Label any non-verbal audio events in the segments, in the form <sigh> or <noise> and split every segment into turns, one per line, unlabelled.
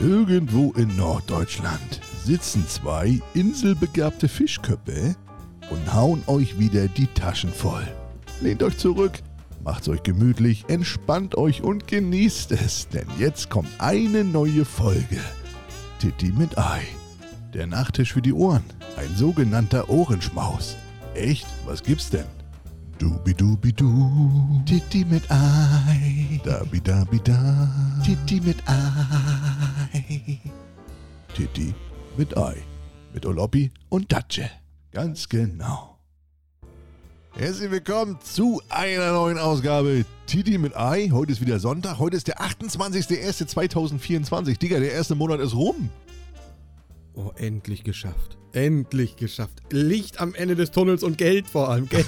Irgendwo in Norddeutschland sitzen zwei inselbegabte Fischköppe und hauen euch wieder die Taschen voll. Lehnt euch zurück, macht's euch gemütlich, entspannt euch und genießt es, denn jetzt kommt eine neue Folge. Titti mit Ei. Der Nachtisch für die Ohren. Ein sogenannter Ohrenschmaus. Echt? Was gibt's denn? Dubidubidu. Titti mit Ei. Dabidabida. Titti mit Ei. Titti mit Ei. Mit Oloppi und Datsche. Ganz genau. Herzlich willkommen zu einer neuen Ausgabe Titi mit Ei. Heute ist wieder Sonntag. Heute ist der 28.01.2024. Digga, der erste Monat ist rum.
Oh, endlich geschafft. Endlich geschafft. Licht am Ende des Tunnels und Geld vor allem. Geld.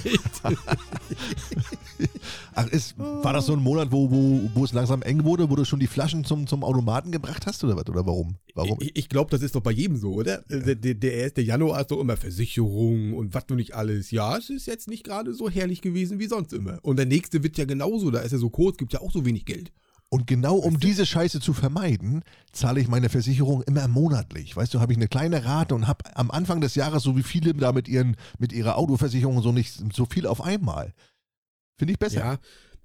Ach, ist, war das so ein Monat, wo, wo, wo es langsam eng wurde, wo du schon die Flaschen zum, zum Automaten gebracht hast oder was? Oder warum? Warum?
Ich, ich glaube, das ist doch bei jedem so, oder? Der, der, der 1. Januar ist doch immer Versicherung und was du nicht alles. Ja, es ist jetzt nicht gerade so herrlich gewesen wie sonst immer. Und der nächste wird ja genauso. Da ist er so kurz, gibt ja auch so wenig Geld.
Und genau um diese Scheiße zu vermeiden, zahle ich meine Versicherung immer monatlich. Weißt du, habe ich eine kleine Rate und habe am Anfang des Jahres, so wie viele da mit, ihren, mit ihrer Autoversicherung, so nicht so viel auf einmal. Finde ich besser.
Ja,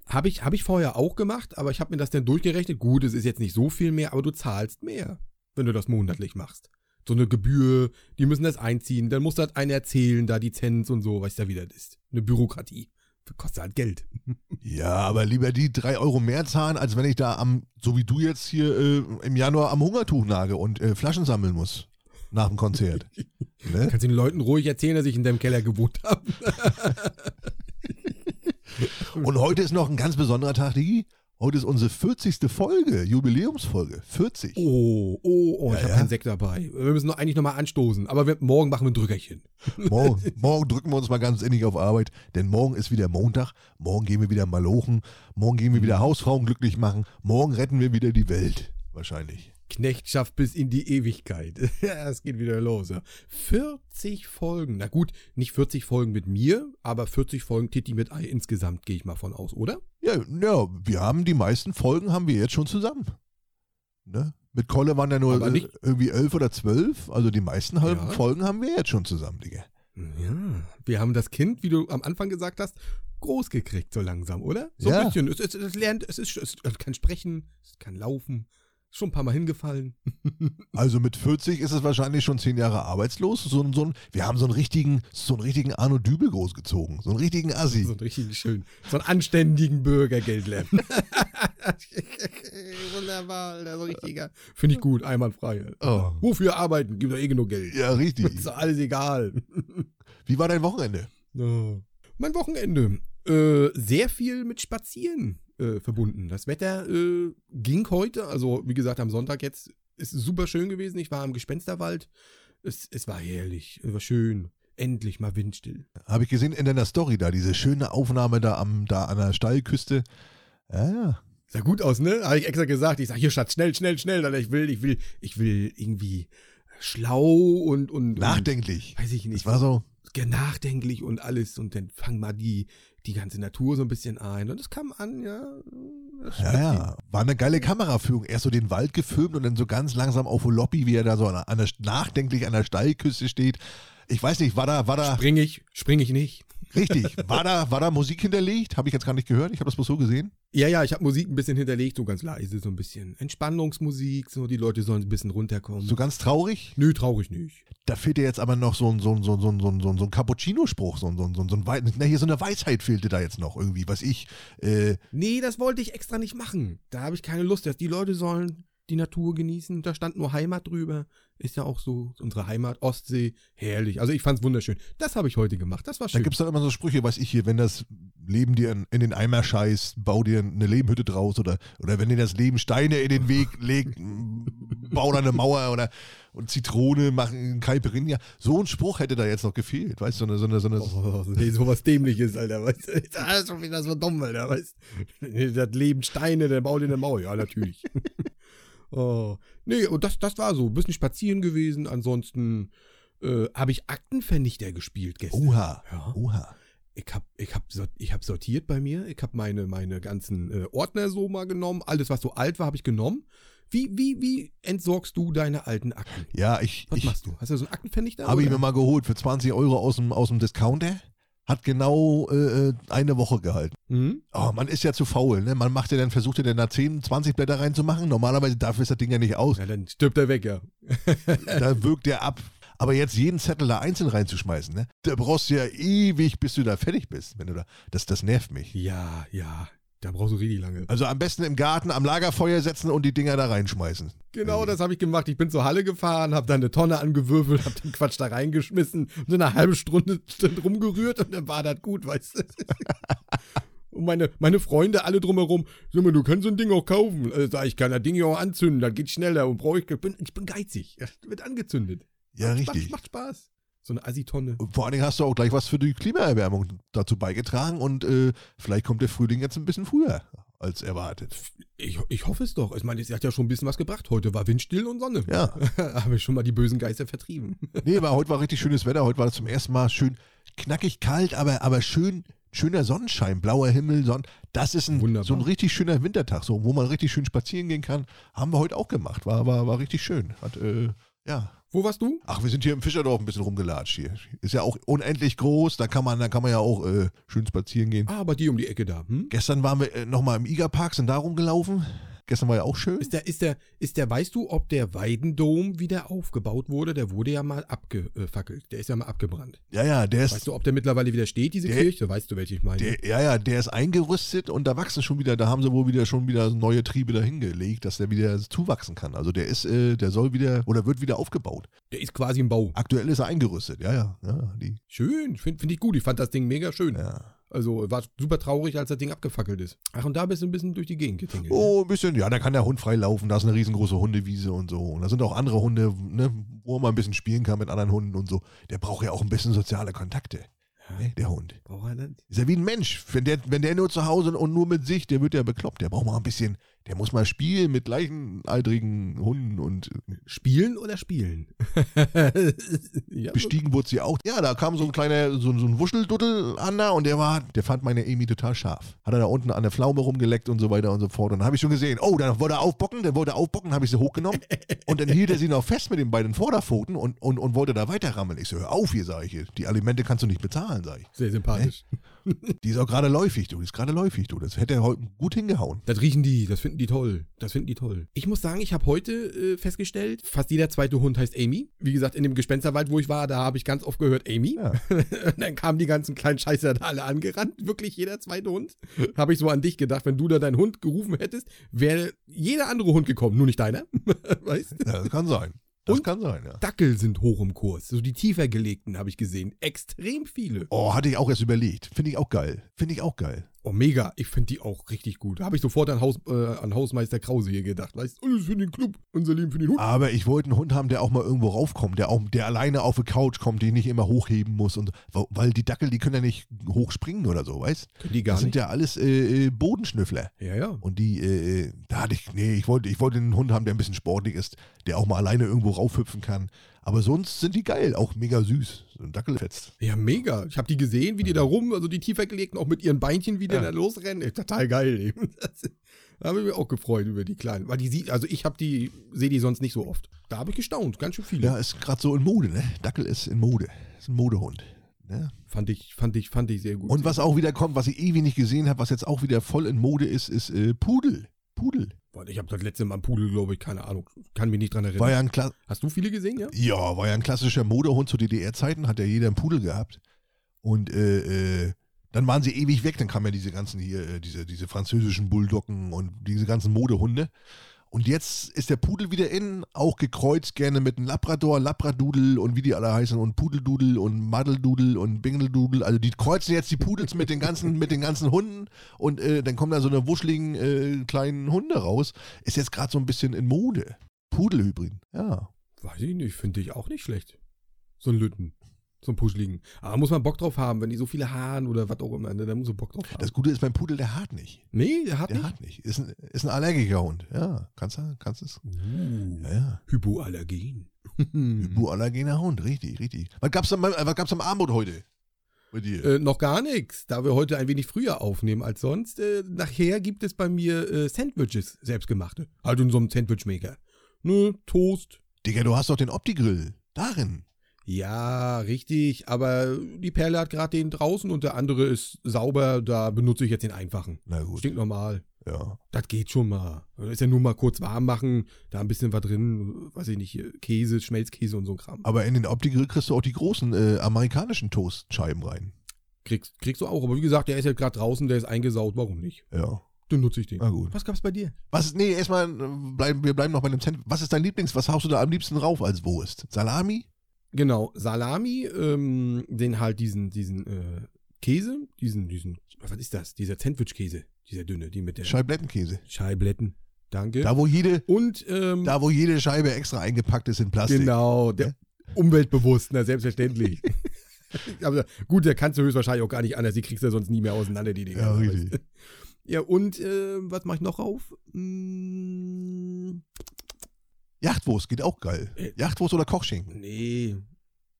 habe ich, hab ich vorher auch gemacht, aber ich habe mir das dann durchgerechnet. Gut, es ist jetzt nicht so viel mehr, aber du zahlst mehr, wenn du das monatlich machst. So eine Gebühr, die müssen das einziehen, dann muss das einer erzählen, da Lizenz und so, was da wieder ist. Eine Bürokratie. Kostet halt Geld.
Ja, aber lieber die drei Euro mehr zahlen, als wenn ich da am, so wie du jetzt hier äh, im Januar am Hungertuch nage und äh, Flaschen sammeln muss. Nach dem
<laughs>
Konzert. ne?
Kannst du den Leuten ruhig erzählen, dass ich in deinem Keller gewohnt <laughs> habe.
Und heute ist noch ein ganz besonderer Tag, Digi. Heute ist unsere 40. Folge, Jubiläumsfolge. 40.
Oh, oh, oh, ich
Ja,
habe
ja.
keinen Sekt dabei. Wir müssen noch, eigentlich nochmal anstoßen, aber wir, morgen machen wir ein Drückerchen.
Morgen, morgen drücken wir uns mal ganz innig auf Arbeit, denn morgen ist wieder Montag. Morgen gehen wir wieder malochen. Morgen gehen wir wieder Hausfrauen glücklich machen. Morgen retten wir wieder die Welt. Wahrscheinlich.
Knechtschaft bis in die Ewigkeit. <laughs> Ja, es geht wieder los. Ja. 40 Folgen. Na gut, nicht 40 Folgen mit mir, aber 40 Folgen Titi mit Ei insgesamt, gehe ich mal von aus, oder?
Ja, ja, wir haben die meisten Folgen haben wir jetzt schon zusammen. Ne? Mit Kolle waren ja nur
Aber
äh,
nicht-
irgendwie elf oder zwölf. Also die meisten halben
Ja.
Folgen haben wir jetzt schon zusammen, Digga.
Ja. Wir haben das Kind, wie du am Anfang gesagt hast, groß gekriegt, so langsam, oder? So
Ja.
ein bisschen. Es, es, es lernt, es, ist, es kann sprechen, es kann laufen, ist schon ein paar Mal hingefallen.
Also mit 40 ist es wahrscheinlich schon zehn Jahre arbeitslos. So, ein- so ein, wir haben so einen richtigen, so einen richtigen Arno Dübel großgezogen. So einen richtigen Assi.
So einen richtigen schönen, so einen anständigen Bürgergeldlärm. <laughs> Wunderbar, Alter, so ein richtiger. Finde ich gut, einwandfrei.
Oh.
Wofür arbeiten? Gibt doch eh genug Geld.
Ja,
Ist <laughs>
richtig.
doch alles
<laughs>
egal.
Wie war dein Wochenende?
Ja. Mein Wochenende. Äh, sehr viel mit Spazieren äh, verbunden. Das Wetter äh, ging heute, also wie gesagt, am Sonntag jetzt, ist super schön gewesen. Ich war im Gespensterwald. Es, es war herrlich, es war schön. Endlich mal windstill.
Habe ich gesehen in deiner Story da, diese schöne Aufnahme da, am, da an der Steilküste. Ja, ja.
Sah gut aus, ne? Habe ich extra gesagt. Ich sag hier Schatz, schnell, schnell, schnell. Alter, ich will, ich will, ich will irgendwie schlau und und, und
Nachdenklich.
Weiß ich
Es
nicht.
war so,
ge- nachdenklich und alles und dann fang mal die, die ganze Natur so ein bisschen ein. Und es kam an, ja. Das
ja, ja. War eine geile Kameraführung. Erst so den Wald gefilmt und dann so ganz langsam auf Lobby, wie er da so an der, an der, nachdenklich an der Steilküste steht. Ich weiß nicht, war da, war da,
<laughs> Spring ich, spring ich nicht.
richtig, war da, war da Musik hinterlegt? Habe ich jetzt gar nicht gehört. Ich habe das bloß so gesehen.
Ja, ja, ich habe Musik ein bisschen hinterlegt, so ganz leise, so ein bisschen Entspannungsmusik, so die Leute sollen ein bisschen runterkommen.
So ganz traurig.
Nö, traurig nicht.
Da fehlt dir jetzt aber noch so ein, so ein, so ein, so ein, so ein, so ein, so ein Cappuccino-Spruch, so ein, so ein, so ein, so ein, Wei- na, hier so eine Weisheit fehlte da jetzt noch irgendwie, was ich, äh,
Nee, das wollte ich extra nicht machen. Da habe ich keine Lust. dass Die Leute sollen die Natur genießen. Da stand nur Heimat drüber. Ist ja auch so unsere Heimat, Ostsee. Herrlich. Also ich fand's wunderschön. Das habe ich heute gemacht. Das war
Da
schön.
gibt es dann immer so Sprüche, weiß ich hier, wenn das Leben dir in, in den Eimer scheißt, bau dir eine Lehmhütte draus oder, oder wenn dir das Leben Steine in den Weg legt, <laughs> m, bau da eine Mauer oder und Zitrone machen Kalperinja. So ein Spruch hätte da jetzt noch gefehlt, weißt du, so eine, so eine, so eine
Oh, nee, sowas dämliches, Alter, weißt du? <laughs> Das ist doch wieder so dumm, Alter, weißt du? Nee, Das Leben Steine, der baut in der Mauer, ja, <laughs> natürlich. oh. Nee, und das, das war so. Ein bisschen spazieren gewesen, ansonsten äh, habe ich Aktenvernichter gespielt gestern.
Oha,
Oh, Ja.
oha.
Ich hab, ich hab, sort- ich hab sortiert bei mir. Ich hab meine, meine ganzen äh, Ordner so mal genommen. Alles, was so alt war, habe ich genommen. Wie, wie, wie entsorgst du deine alten Akten?
Ja, ich,
Was
ich
machst du? Hast du so einen Aktenvernichter?
habe ich
oder?
mir mal geholt für 20 Euro aus dem, aus dem Discounter. Hat genau äh, eine Woche gehalten.
Hm?
Oh, man ist ja zu faul, ne? Man macht ja dann, versucht ja dann da 10, 20 Blätter reinzumachen. Normalerweise dafür ist das Ding ja nicht aus.
Ja, dann stirbt er weg, ja.
da wirkt der ab. Aber jetzt jeden Zettel da einzeln reinzuschmeißen, ne? Da brauchst du ja ewig, bis du da fertig bist. Wenn du da, das, das nervt mich.
Ja, ja. Da brauchst du richtig lange.
Also am besten im Garten am Lagerfeuer setzen und die Dinger da reinschmeißen. Mhm.
Genau, das habe ich gemacht. Ich bin zur Halle gefahren, habe dann eine Tonne angewürfelt, habe den Quatsch da reingeschmissen, so eine halbe Stunde drin rumgerührt und dann war das gut, weißt
<laughs>
du. Und meine, meine Freunde alle drumherum, sag mal, du kannst so ein Ding auch kaufen. Äh, sag ich kann das Ding ja auch anzünden, das geht schneller und brauche ich, ich bin, ich bin geizig. Das wird angezündet.
Ja,
macht
richtig.
Spaß, macht Spaß. So eine Assi-Tonne.
Und Vor allen Dingen hast du auch gleich was für die Klimaerwärmung dazu beigetragen und äh, vielleicht kommt der Frühling jetzt ein bisschen früher als erwartet.
Ich, ich hoffe es doch. Ich meine, es hat ja schon ein bisschen was gebracht. Heute war windstill und Sonne.
Ja,
<laughs> Habe ich schon mal die bösen Geister vertrieben.
nee, aber heute war richtig schönes Wetter. Heute war das zum ersten Mal schön knackig kalt, aber, aber schön, schöner Sonnenschein, blauer Himmel, Sonn. Das ist ein,
Wunderbar.
so ein richtig schöner Wintertag, so, wo man richtig schön spazieren gehen kann. Haben wir heute auch gemacht. War, war, war richtig schön. Hat, äh, ja.
Wo warst du?
Ach, wir sind hier im Fischerdorf ein bisschen rumgelatscht hier. Ist ja auch unendlich groß, da kann man, da kann man ja auch äh, schön spazieren gehen.
Ah, bei dir um die Ecke da. Hm?
Gestern waren wir äh, nochmal im Igerpark, sind da rumgelaufen. Gestern war ja auch schön.
Ist der, ist der, ist der, weißt du, ob der Weidendom wieder aufgebaut wurde? Der wurde ja mal abgefackelt. Der ist ja mal abgebrannt.
Ja, ja, der
Weißt
ist,
du, ob der mittlerweile wieder steht, diese
Der-
Kirche? Weißt du, welche ich meine?
der, ja, ja, der ist eingerüstet und da wachsen schon wieder, da haben sie wohl wieder schon wieder neue Triebe dahingelegt, dass der wieder zuwachsen kann. Also der ist, äh, der soll wieder oder wird wieder aufgebaut.
Der ist quasi im Bau.
Aktuell ist er eingerüstet, ja, ja. ja, die,
Schön, finde find ich gut. Ich fand das Ding mega schön.
ja.
Also war super traurig, als das Ding abgefackelt ist. Ach, und da bist du ein bisschen durch die Gegend getingelt. ne?
Oh, ein bisschen, ja, da kann der Hund frei laufen, da ist eine riesengroße Hundewiese und so. Und da sind auch andere Hunde, ne, wo man ein bisschen spielen kann mit anderen Hunden und so. Der braucht ja auch ein bisschen soziale Kontakte,
Ja.
ne, der Hund.
Braucht er nicht?
Ist ja wie ein Mensch. Wenn der, wenn der nur zu Hause und nur mit sich, der wird ja bekloppt. Der braucht mal ein bisschen, der muss mal spielen mit gleichaltrigen Hunden und
Spielen oder spielen? <laughs> ja, so-
bestiegen wurde sie auch. Ja, da kam so ein kleiner, so, so ein Wuschelduddel an da und der war, der fand meine Amy total scharf. Hat er da unten an der Pflaume rumgeleckt und so weiter und so fort. Und dann habe ich schon gesehen, oh, dann wollte er aufbocken, dann wollte er aufbocken, habe ich sie hochgenommen und dann hielt er sie noch fest mit den beiden Vorderpfoten und, und, und wollte da weiterrammeln. Ich so, hör auf hier, sage ich, hier. die Alimente kannst du nicht bezahlen, sage ich.
sehr sympathisch.
Die ist auch gerade läufig, du, die ist gerade läufig, du. Das hätte er heute gut hingehauen.
Das riechen die, das finden die toll. Das finden die toll. Ich muss sagen, ich habe heute äh, festgestellt, fast jeder zweite Hund heißt Amy. Wie gesagt, in dem Gespensterwald, wo ich war, da habe ich ganz oft gehört Amy.
Ja.
<laughs> Und dann kamen die ganzen kleinen Scheiße da alle angerannt. Wirklich jeder zweite Hund. habe ich so an dich gedacht, wenn du da deinen Hund gerufen hättest, wäre jeder andere Hund gekommen, nur nicht deiner. <laughs> weißt du?
Ja, das kann sein. Das
Und-
kann sein, ja.
Dackel sind hoch im Kurs. So die tiefer gelegten habe ich gesehen. Extrem viele.
Oh, hatte ich auch erst überlegt. Finde ich auch geil. Finde ich auch geil.
Oh, mega. Ich finde die auch richtig gut. Da habe ich sofort an, Haus, äh, an Hausmeister Krause hier gedacht. Weißt du, alles für den Club, unser Leben für den Hund.
Aber ich wollte einen Hund haben, der auch mal irgendwo raufkommt, der auch, der alleine auf die Couch kommt, den ich immer hochheben muss und wa- weil die Dackel, die können ja nicht hochspringen oder so, weißt?
Können die
Das
gar
sind
nicht.
ja alles äh, äh, Bodenschnüffler.
Ja, ja.
Und die, äh, äh, da hatte ich, nee, ich wollte, ich wollte einen Hund haben, der ein bisschen sportlich ist, der auch mal alleine irgendwo raufhüpfen kann. Aber sonst sind die geil, auch mega süß. So ein Dackel fetzt.
Ja, mega. Ich habe die gesehen, wie die da rum, also die tiefer gelegten, auch mit ihren Beinchen wieder
Ja.
da losrennen. Ey, <laughs> Total geil. Eben. Das, da habe ich mich auch gefreut über die Kleinen. Weil die sie, also ich habe die, sehe die sonst nicht so oft. Da habe ich gestaunt, ganz schön viele.
Ja, ist gerade so in Mode, ne? Dackel ist in Mode. Ist ein Modehund. Ne?
Fand ich, fand ich, fand ich sehr gut.
Und was auch wieder kommt, was ich ewig nicht gesehen habe, was jetzt auch wieder voll in Mode ist, ist äh, Pudel. Pudel.
Boah, Ich habe das letzte Mal am Pudel, glaube ich, keine Ahnung. Kann mich nicht dran erinnern.
War ja, ein Kla
Hast du viele gesehen, ja?
ja, war ja ein klassischer Modehund zu DDR-Zeiten, hat ja jeder einen Pudel gehabt. Und äh, äh, dann waren sie ewig weg, dann kamen ja diese ganzen hier, äh, diese, diese französischen Bulldoggen und diese ganzen Modehunde. Und jetzt ist der Pudel wieder in, auch gekreuzt gerne mit einem Labrador, Labradudel und wie die alle heißen und Pudeldudel und Madeldudel und Bingeldudel. Also die kreuzen jetzt die Pudels mit den ganzen, mit den ganzen Hunden und äh, dann kommen da so eine wuscheligen äh, kleinen Hunde raus. Ist jetzt gerade so ein bisschen in Mode. Pudelhybriden, ja.
Weiß ich nicht, finde ich auch nicht schlecht. So ein Lütten. So ein Puscheligen. Aber muss man Bock drauf haben, wenn die so viele Haaren oder was auch immer, ne, da muss man Bock drauf haben.
Das Gute ist beim Pudel, der hart nicht.
nee, der hat
Der
nicht.
hart nicht. Ist ein, ist ein allergiker Hund. Ja, kannst du, kannst es.
Uh,
Ja, ja.
Hypoallergen. Hm.
Hypoallergener Hund, richtig, richtig. Was gab's am, äh, was gab's am Armut heute? Bei dir.
<laughs> Äh, noch gar nichts, da wir heute ein wenig früher aufnehmen als sonst. Äh, nachher gibt es bei mir äh, Sandwiches, selbstgemachte. Halt in so einem Sandwichmaker. Nö, Toast.
Digga, du hast doch den Opti-Grill. Darin.
Ja, richtig, aber die Perle hat gerade den draußen und der andere ist sauber, da benutze ich jetzt den einfachen.
Na gut.
Stinkt normal.
Ja.
Das geht schon mal. Das ist ja nur mal kurz warm machen, da ein bisschen was drin, weiß ich nicht, Käse, Schmelzkäse und so ein Kram.
Aber in den Opti-Grill kriegst du auch die großen äh, amerikanischen Toastscheiben rein.
Kriegst, kriegst du auch, aber wie gesagt, der ist ja gerade draußen, der ist eingesaut, warum nicht?
Ja.
Dann nutze ich den.
Na gut.
Was gab's bei dir?
Was, nee, erstmal, äh, bleiben, wir bleiben noch bei dem Cent. Was ist dein Lieblings? Was haust du da am liebsten rauf als Wurst? Salami?
Genau, Salami, ähm, den halt diesen, diesen äh, Käse, diesen, diesen, was ist das? Dieser Sandwich-Käse, dieser dünne, die mit der
Scheiblettenkäse.
Scheibletten. Danke.
Da, wo jede,
und ähm,
da, wo jede Scheibe extra eingepackt ist in Plastik.
genau, der umweltbewusst, na selbstverständlich. <laughs> Aber gut, der kannst du höchstwahrscheinlich auch gar nicht anders, die kriegst du ja sonst nie mehr auseinander, die Dinger.
Ja,
weißt
richtig.
du. <laughs> ja und äh, was mache ich noch auf? Mm,
Jachtwurst geht auch geil.
Äh.
Jachtwurst oder Kochschinken?
nee,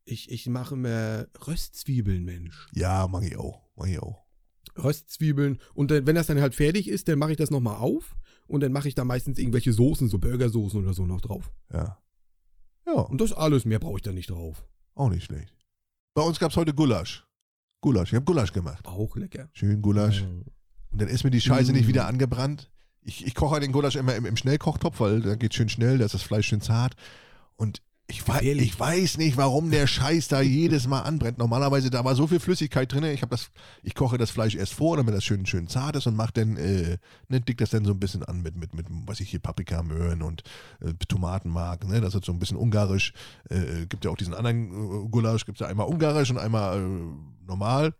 ich, ich mache mehr Röstzwiebeln, Mensch.
Ja, mag ich auch. Mag ich auch.
Röstzwiebeln und dann, wenn das dann halt fertig ist, dann mache ich das nochmal auf und dann mache ich da meistens irgendwelche Soßen, so Burgersoßen oder so noch drauf.
Ja. Ja,
Und das alles, mehr brauche ich da nicht drauf.
auch nicht schlecht. Bei uns gab es heute Gulasch. Gulasch, ich habe Gulasch gemacht.
Auch lecker.
Schön Gulasch. Und dann ist mir die Scheiße
Mm.
nicht wieder angebrannt. Ich, ich koche den Gulasch immer im, im Schnellkochtopf, weil da geht schön schnell, da ist das Fleisch schön zart. Und ich, wei
Gefährlich.
ich weiß nicht, warum der Scheiß da jedes Mal anbrennt. Normalerweise, da war so viel Flüssigkeit drin. Ich, hab das, ich koche das Fleisch erst vor, damit das schön, schön zart ist und mach dann, äh, ne, dick das dann so ein bisschen an mit, mit, mit was ich hier, Paprika, Möhren und äh, Tomatenmark. Ne? Das ist so ein bisschen ungarisch. Äh, gibt ja auch diesen anderen äh, Gulasch, gibt es ja einmal ungarisch und einmal äh, normal.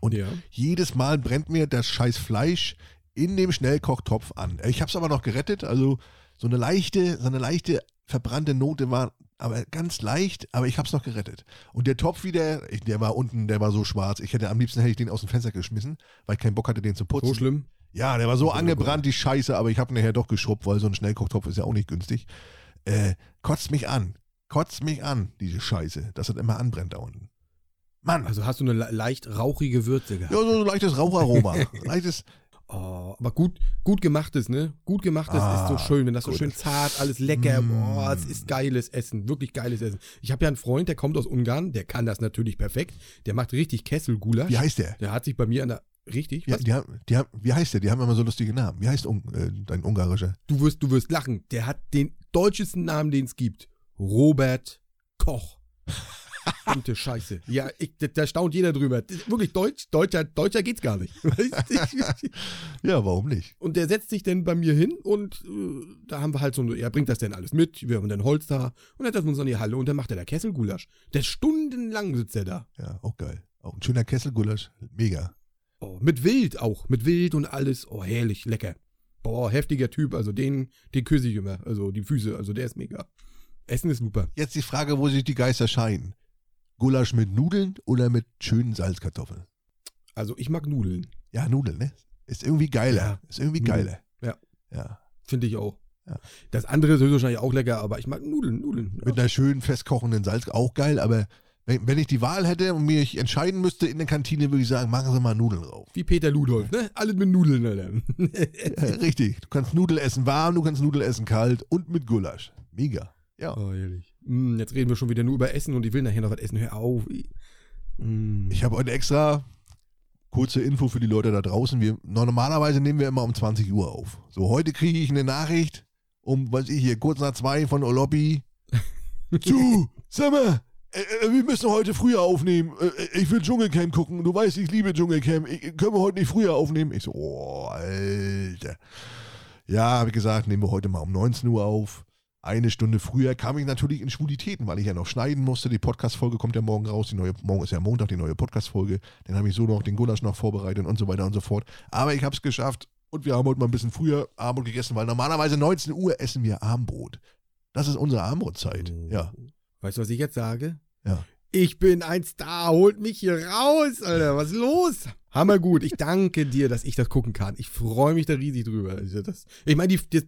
Und ja.
Jedes Mal brennt mir das scheiß Fleisch in dem Schnellkochtopf an. Äh, Ich habe es aber noch gerettet, also so eine leichte, so eine leichte verbrannte Note war, aber ganz leicht, aber ich habe es noch gerettet. Und der Topf wieder, ich, der war unten, der war so schwarz. Ich hätte am liebsten hätte ich den aus dem Fenster geschmissen, weil ich keinen Bock hatte, den zu putzen.
So schlimm.
Ja, der war so
Oh
angebrannt, die Scheiße, aber ich habe nachher doch geschrubbt, weil so ein Schnellkochtopf ist ja auch nicht günstig. Äh, kotzt mich an, kotzt mich an, diese Scheiße, dass das immer anbrennt da unten. Mann,
Also hast du eine le- leicht rauchige Würze gehabt.
ja, so ein leichtes Raucharoma,
<laughs>
leichtes,
Oh, aber gut, gut gemachtes, ne? Gut gemachtes
Ah,
ist so schön, wenn das
gut.
so schön zart, alles lecker.
Mm.
Boah, es ist geiles Essen, wirklich geiles Essen. Ich habe ja einen Freund, der kommt aus Ungarn, der kann das natürlich perfekt. Der macht richtig Kesselgulasch.
Wie heißt der?
Der hat sich bei mir an der richtig,
Ja, die haben, die haben, wie heißt der? Die haben immer so lustige Namen. Wie heißt un, äh, dein ungarischer?
Du wirst, du wirst lachen. Der hat den deutschesten Namen, den es gibt. Robert Koch. Gute Scheiße. Ja, ich, da, da staunt jeder drüber. Das- Wirklich deutsch, deutscher, deutscher geht's gar nicht. Weißt du?
Ja, warum nicht?
und der setzt sich dann bei mir hin und äh, da haben wir halt so, ein- er bringt das dann alles mit. Wir haben dann Holz da und dann setzen wir uns an die Halle und dann macht er da Kesselgulasch. Der stundenlang sitzt er da.
Ja, auch geil. Auch ein schöner Kesselgulasch. Mega.
Oh, mit Wild auch, mit Wild und alles. Oh, herrlich, lecker. Boah, heftiger Typ. Also den, den küsse ich immer. Also die Füße, also der ist mega. Essen ist super.
Jetzt die Frage, wo sich die Geister scheiden. Gulasch mit Nudeln oder mit schönen Salzkartoffeln?
Also ich mag Nudeln.
Ja, Nudeln, ne? Ist irgendwie geiler. Ist irgendwie
Nudeln.
geiler.
Ja.
Ja.
Finde ich auch.
Ja.
Das andere ist höchstwahrscheinlich auch lecker, aber ich mag Nudeln, Nudeln.
Mit einer schönen, festkochenden Salz, auch geil, aber wenn, wenn ich die Wahl hätte und mich entscheiden müsste in der Kantine, würde ich sagen, machen Sie mal Nudeln drauf.
Wie Peter Ludolf, ne? Alles mit Nudeln,
<laughs>
Alter.
Ja, richtig. Du kannst Nudel essen warm, du kannst Nudel essen kalt und mit Gulasch. Mega. Ja.
oh, ehrlich. Mm, jetzt reden wir schon wieder nur über Essen und ich will nachher noch was essen. Hör auf. Mm.
Ich habe heute extra kurze Info für die Leute da draußen. Wir, normalerweise nehmen wir immer um 20 Uhr auf. So, heute kriege ich eine Nachricht um, weiß ich hier, kurz nach zwei von Olobi. Zu, sag mal, äh, äh, wir müssen heute früher aufnehmen. Äh, ich will Dschungelcamp gucken. Du weißt, ich liebe Dschungelcamp. Ich, äh, können wir heute nicht früher aufnehmen? Ich so, oh, Alter. Ja, habe ich gesagt, nehmen wir heute mal um 19 Uhr auf. Eine Stunde früher kam ich natürlich in Schwulitäten, weil ich ja noch schneiden musste. Die Podcast-Folge kommt ja morgen raus. Die neue, morgen ist ja Montag, die neue Podcast-Folge. Dann habe ich so noch den Gulasch noch vorbereitet und so weiter und so fort. Aber ich habe es geschafft und wir haben heute mal ein bisschen früher Abendbrot gegessen, weil normalerweise 19 Uhr essen wir Abendbrot. Das ist unsere Abendbrotzeit.
Oh.
Ja.
Weißt du, was ich jetzt sage?
Ja.
Ich bin ein Star, holt mich hier raus, Alter. Was ist los? Hammergut. Ich danke dir, dass ich das gucken kann. Ich freue mich da riesig drüber. Also das, ich meine, die, die,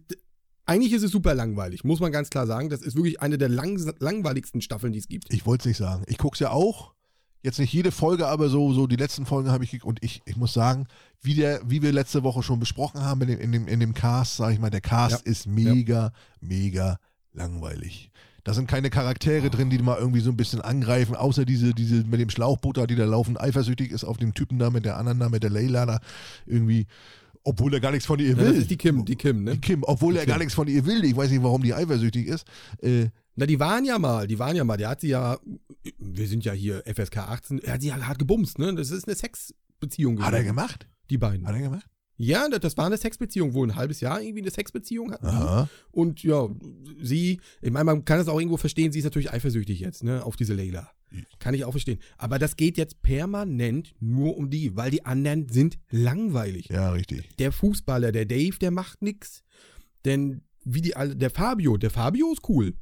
eigentlich ist es super langweilig, muss man ganz klar sagen. Das ist wirklich eine der langs langweiligsten Staffeln, die es gibt.
Ich wollte es nicht sagen. Ich gucke es ja auch. jetzt nicht jede Folge, aber so, so die letzten Folgen habe ich gekriegt. Und ich, ich muss sagen, wie, der, wie wir letzte Woche schon besprochen haben in dem, in dem, in dem Cast, sage ich mal, der Cast ist mega, mega langweilig. Da sind keine Charaktere drin, die mal irgendwie so ein bisschen angreifen, außer diese, diese mit dem Schlauchboot da, die da laufend eifersüchtig ist auf den Typen da mit der anderen da, mit der Leila da irgendwie, obwohl er gar nichts von ihr
Ja,
will.
das ist die Kim, die Kim, ne?
Die Kim, obwohl
Die
er
Kim.
gar nichts von ihr will. Ich weiß nicht, warum die eifersüchtig ist. Äh,
Na, die waren ja mal, die waren ja mal. Der hat sie ja, wir sind ja hier FSK 18, er hat sie ja hart gebumst, ne? Das ist eine Sexbeziehung
hat er
gewesen,
gemacht?
die beiden.
Hat er gemacht?
Ja, das, das war eine Sexbeziehung, wohl ein halbes Jahr irgendwie eine Sexbeziehung hatten. die.
Aha.
Und ja, sie, ich meine, man kann das auch irgendwo verstehen, sie ist natürlich eifersüchtig jetzt, ne, auf diese Leila. Kann ich auch verstehen. Aber das geht jetzt permanent nur um die, weil die anderen sind langweilig.
Ja, richtig.
Der Fußballer, der Dave, der macht nix. Denn wie die alle, der Fabio, der Fabio ist cool.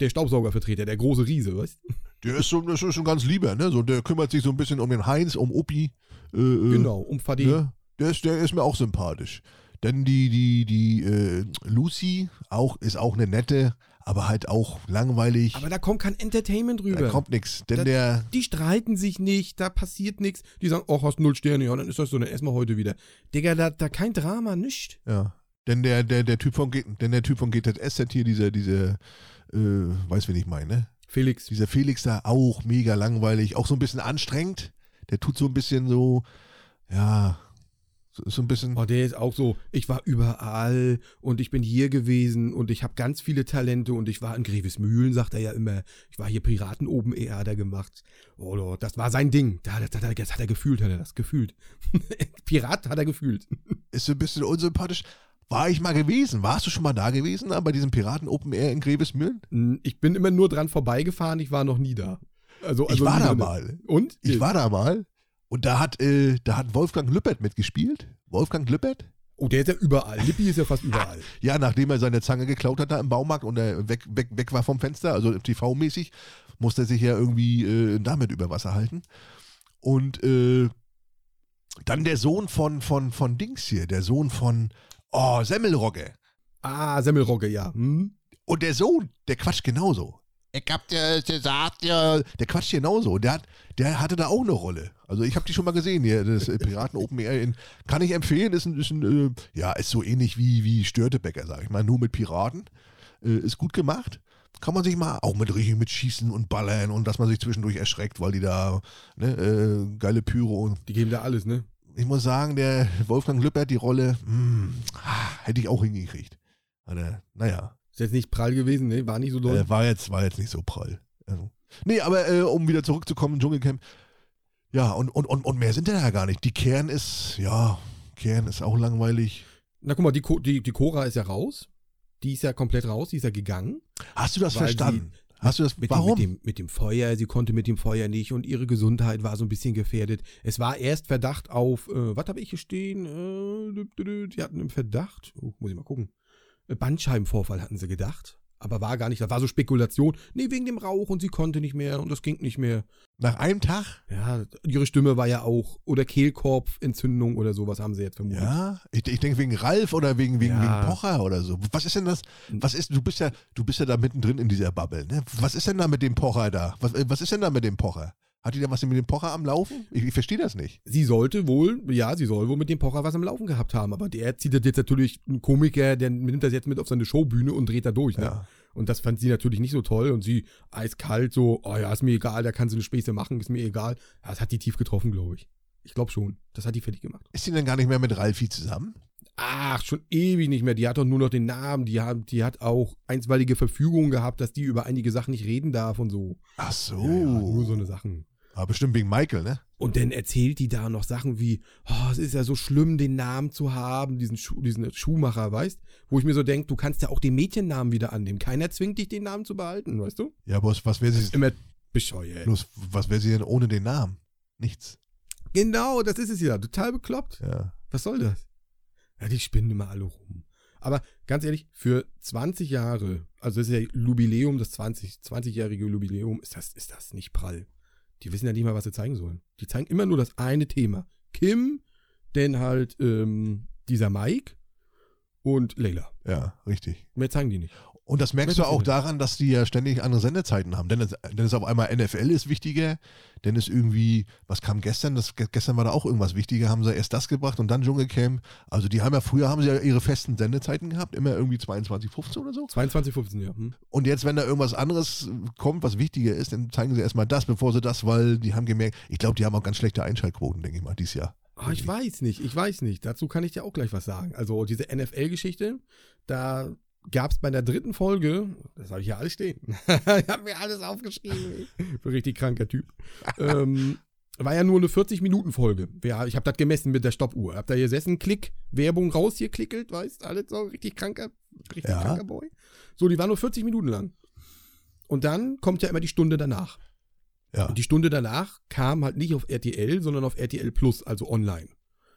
Der Staubsaugervertreter, der große Riese, weißt du?
Der ist so, das ist schon ganz lieber, ne? So, der kümmert sich so ein bisschen um den Heinz, um Opi. Äh, äh,
Genau, um Fadi.
Ne? Der, ist, der ist mir auch sympathisch. Dann die, die, die äh, Lucy auch, ist auch eine nette, aber halt auch langweilig.
Aber da kommt kein Entertainment rüber.
da kommt nichts. Denn
Da-
der,
Die streiten sich nicht, da passiert nichts. Die sagen, oh, hast null Sterne, ja, dann ist das so, dann essen wir heute wieder. Digga, da, da kein Drama, nicht.
ja. Denn der, der, der Typ von G- denn der Typ von GZS hat hier, dieser, dieser, äh, weiß wen ich meine, ne?
Felix.
Dieser Felix da auch mega langweilig, auch so ein bisschen anstrengend. Der tut so ein bisschen so, ja, so, so ein bisschen.
Oh, der ist auch so, ich war überall und ich bin hier gewesen und ich habe ganz viele Talente und ich war in Grevesmühlen, sagt er ja immer. Ich war hier Piraten oben ER da gemacht. Oder das war sein Ding. Da, das, das, das hat er gefühlt, hat er das gefühlt. <laughs> Pirat hat er gefühlt.
ist so ein bisschen unsympathisch. War ich mal gewesen? Warst du schon mal da gewesen da, bei diesem Piraten Open Air in Grevesmühlen?
Ich bin immer nur dran vorbeigefahren, ich war noch nie da. Also, also
ich war
nie
da
drin.
mal.
Und?
Ich war da mal. Und da hat, äh, da hat Wolfgang Lüppert mitgespielt. Wolfgang Lüppert?
Oh, der ist ja überall. Lippi ist ja
<laughs>
fast überall.
Ja, nachdem er seine Zange geklaut hat da im Baumarkt und er weg, weg, weg war vom Fenster, also TV-mäßig, musste er sich ja irgendwie äh, damit über Wasser halten. Und äh, dann der Sohn von, von, von Dings hier, der Sohn von oh, Semmelrogge.
Ah, Semmelrogge, ja. Hm?
Und der Sohn, der quatscht genauso. Ich hab dir gesagt, ja. Der quatscht genauso. Der, hat, der hatte da auch eine Rolle. Also ich habe die schon mal gesehen hier, das äh, Piraten Open Air. In, kann ich empfehlen, ist ein, ist ein äh, ja, ist so ähnlich wie, wie Störtebäcker, sage ich mal, nur mit Piraten. Äh, ist gut gemacht. Kann man sich mal auch mit richtig mit Schießen und Ballern und dass man sich zwischendurch erschreckt, weil die da ne, äh, geile Pyro und
Die geben da alles, ne?
ich muss sagen, der Wolfgang Lüppert, die Rolle, mm, ah, hätte ich auch hingekriegt. Aber, naja,
Ist jetzt nicht prall gewesen, ne? War nicht so doll.
äh, war, jetzt, war jetzt nicht so prall. Also. Nee, aber äh, um wieder zurückzukommen, Dschungelcamp. Ja, und, und, und, und mehr sind da ja gar nicht. Die Kern ist, ja, Kern ist auch langweilig.
Na guck mal, die, Co die, die Cora ist ja raus. Die ist ja komplett raus, die ist ja gegangen.
Hast du das
Weil
verstanden? Hast du das,
Mit,
warum?
Dem, mit, dem, mit dem Feuer, sie konnte mit dem Feuer nicht und ihre Gesundheit war so ein bisschen gefährdet. Es war erst Verdacht auf, äh, was habe ich hier stehen? Äh, dü- dü- dü- die hatten im Verdacht, oh, muss ich mal gucken, Äh, Bandscheibenvorfall hatten sie gedacht. Aber war gar nicht, das war so Spekulation. Nee, wegen dem Rauch und sie konnte nicht mehr und das ging nicht mehr.
Nach einem Tag?
Ja, ihre Stimme war ja auch, oder Kehlkorbentzündung oder sowas haben sie jetzt vermutet.
Ja, ich, ich denke wegen Ralf oder wegen, wegen,
Ja.
wegen Pocher oder so. Was ist denn das? Was ist, du bist ja, du bist ja da mittendrin in dieser Bubble, ne? Was ist denn da mit dem Pocher da? Was, äh, was ist denn da mit dem Pocher? Hat die da was mit dem Pocher am Laufen? Ich, ich verstehe das nicht.
sie sollte wohl, ja, sie soll wohl mit dem Pocher was am Laufen gehabt haben, aber der zieht das jetzt natürlich einen Komiker, der nimmt das jetzt mit auf seine Showbühne und dreht da durch. Ne?
Ja.
Und das fand sie natürlich nicht so toll und sie eiskalt so, oh ja, ist mir egal, da kann sie eine Späße machen, ist mir egal. Ja, das hat die tief getroffen, glaube ich. Ich glaube schon, das hat die fertig gemacht.
Ist die denn gar nicht mehr mit Ralfi zusammen?
Ach, schon ewig nicht mehr. Die hat doch nur noch den Namen. Die hat, die hat auch einstweilige Verfügung gehabt, dass die über einige Sachen nicht reden darf und so.
Ach so.
Ja, ja, nur so eine Sachen.
Aber bestimmt wegen Michael, ne?
Und dann erzählt die da noch Sachen wie, oh, es ist ja so schlimm, den Namen zu haben, diesen, Schu diesen Schuhmacher, weißt? Wo ich mir so denke, du kannst ja auch den Mädchennamen wieder annehmen. Keiner zwingt dich, den Namen zu behalten, weißt du?
Ja, aber was, was wäre sie,
Immer bescheuert.
bloß, was wär sie denn ohne den Namen? Nichts.
Genau, das ist es ja. Total bekloppt.
Ja.
Was soll das? Ja, die spinnen immer alle rum. Aber ganz ehrlich, für 20 Jahre, also das ist ja Jubiläum, das 20, 20-jährige Jubiläum, ist das, ist das nicht prall. Die wissen ja nicht mal, was sie zeigen sollen. Die zeigen immer nur das eine Thema. Kim, denn halt ähm, dieser Mike und Leila.
Ja, richtig.
Mehr zeigen die nicht.
Und das merkst du
Welche
auch
Sendung?
daran, dass die ja ständig andere Sendezeiten haben. Denn es, denn es auf einmal NFL ist wichtiger, denn es irgendwie, was kam gestern? Das, ge- gestern war da auch irgendwas wichtiger, haben sie erst das gebracht und dann Dschungelcamp. Also die haben ja früher haben sie ja ihre festen Sendezeiten gehabt, immer irgendwie 22, 15 oder so.
22, 15, ja. Hm.
Und jetzt, wenn da irgendwas anderes kommt, was wichtiger ist, dann zeigen sie erstmal das, bevor sie das, weil die haben gemerkt, ich glaube, die haben auch ganz schlechte Einschaltquoten, denke ich mal, dieses Jahr.
Ah, ich weiß nicht, ich weiß nicht. Dazu kann ich dir auch gleich was sagen. Also diese NFL-Geschichte, da gab es bei der dritten Folge, das habe ich hier alles stehen, <laughs> ich habe mir alles
<laughs>
aufgeschrieben. Ich bin richtig kranker Typ. ähm, war ja nur eine 40-Minuten-Folge. Ja, ich habe das gemessen mit der Stoppuhr. Hab da gesessen, Klick, Werbung raus hier klickelt, weißt, alles so richtig kranker, richtig
Ja.
kranker Boy. So, die war nur 40 Minuten lang. Und dann kommt ja immer die Stunde danach.
Ja,
Und die Stunde danach kam halt nicht auf RTL, sondern auf RTL Plus, also online.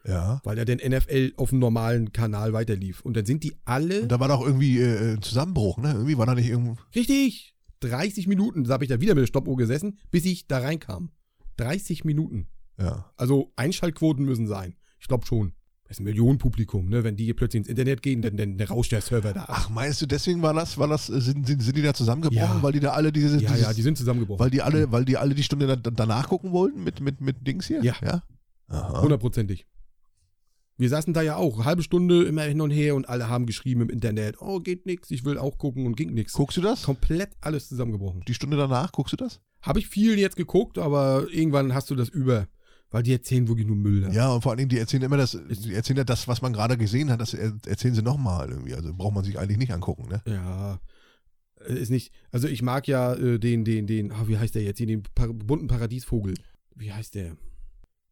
ja.
Weil ja dann NFL auf dem normalen Kanal weiterlief. Und dann sind die alle,
Und da war doch irgendwie äh, ein Zusammenbruch, ne? Irgendwie war da nicht irgendwo.
richtig, 30 Minuten, da habe ich da wieder mit der Stoppuhr gesessen, bis ich da reinkam. 30 Minuten.
Ja.
Also Einschaltquoten müssen sein. Ich glaube schon. Das ist ein Millionenpublikum, ne? Wenn die hier plötzlich ins Internet gehen, dann, dann rauscht der Server da ab.
Ach, meinst du, deswegen war das, war das, äh, sind, sind, sind die da zusammengebrochen,
Ja.
weil die da alle diese,
Ja,
dieses,
ja, Hm. die sind zusammengebrochen.
weil die alle, weil die alle die Stunde da, danach gucken wollten mit, mit, mit Dings hier?
Ja.
ja? Aha.
Hundertprozentig. Wir saßen da ja auch, halbe Stunde immer hin und her und alle haben geschrieben im Internet, oh, geht nix, ich will auch gucken und ging nix.
Guckst du das?
Komplett alles zusammengebrochen.
Die Stunde danach, guckst du das?
Habe ich viel jetzt geguckt, aber irgendwann hast du das über, weil die erzählen wirklich nur Müll. ne? da.
Ja, und vor allen Dingen, die erzählen immer das, die erzählen ja das, was man gerade gesehen hat, das er- erzählen sie nochmal irgendwie. Also braucht man sich eigentlich nicht angucken, ne?
Ja. Ist nicht, also ich mag ja äh, den, den, den, ah, wie heißt der jetzt hier, den par bunten Paradiesvogel. Wie heißt der?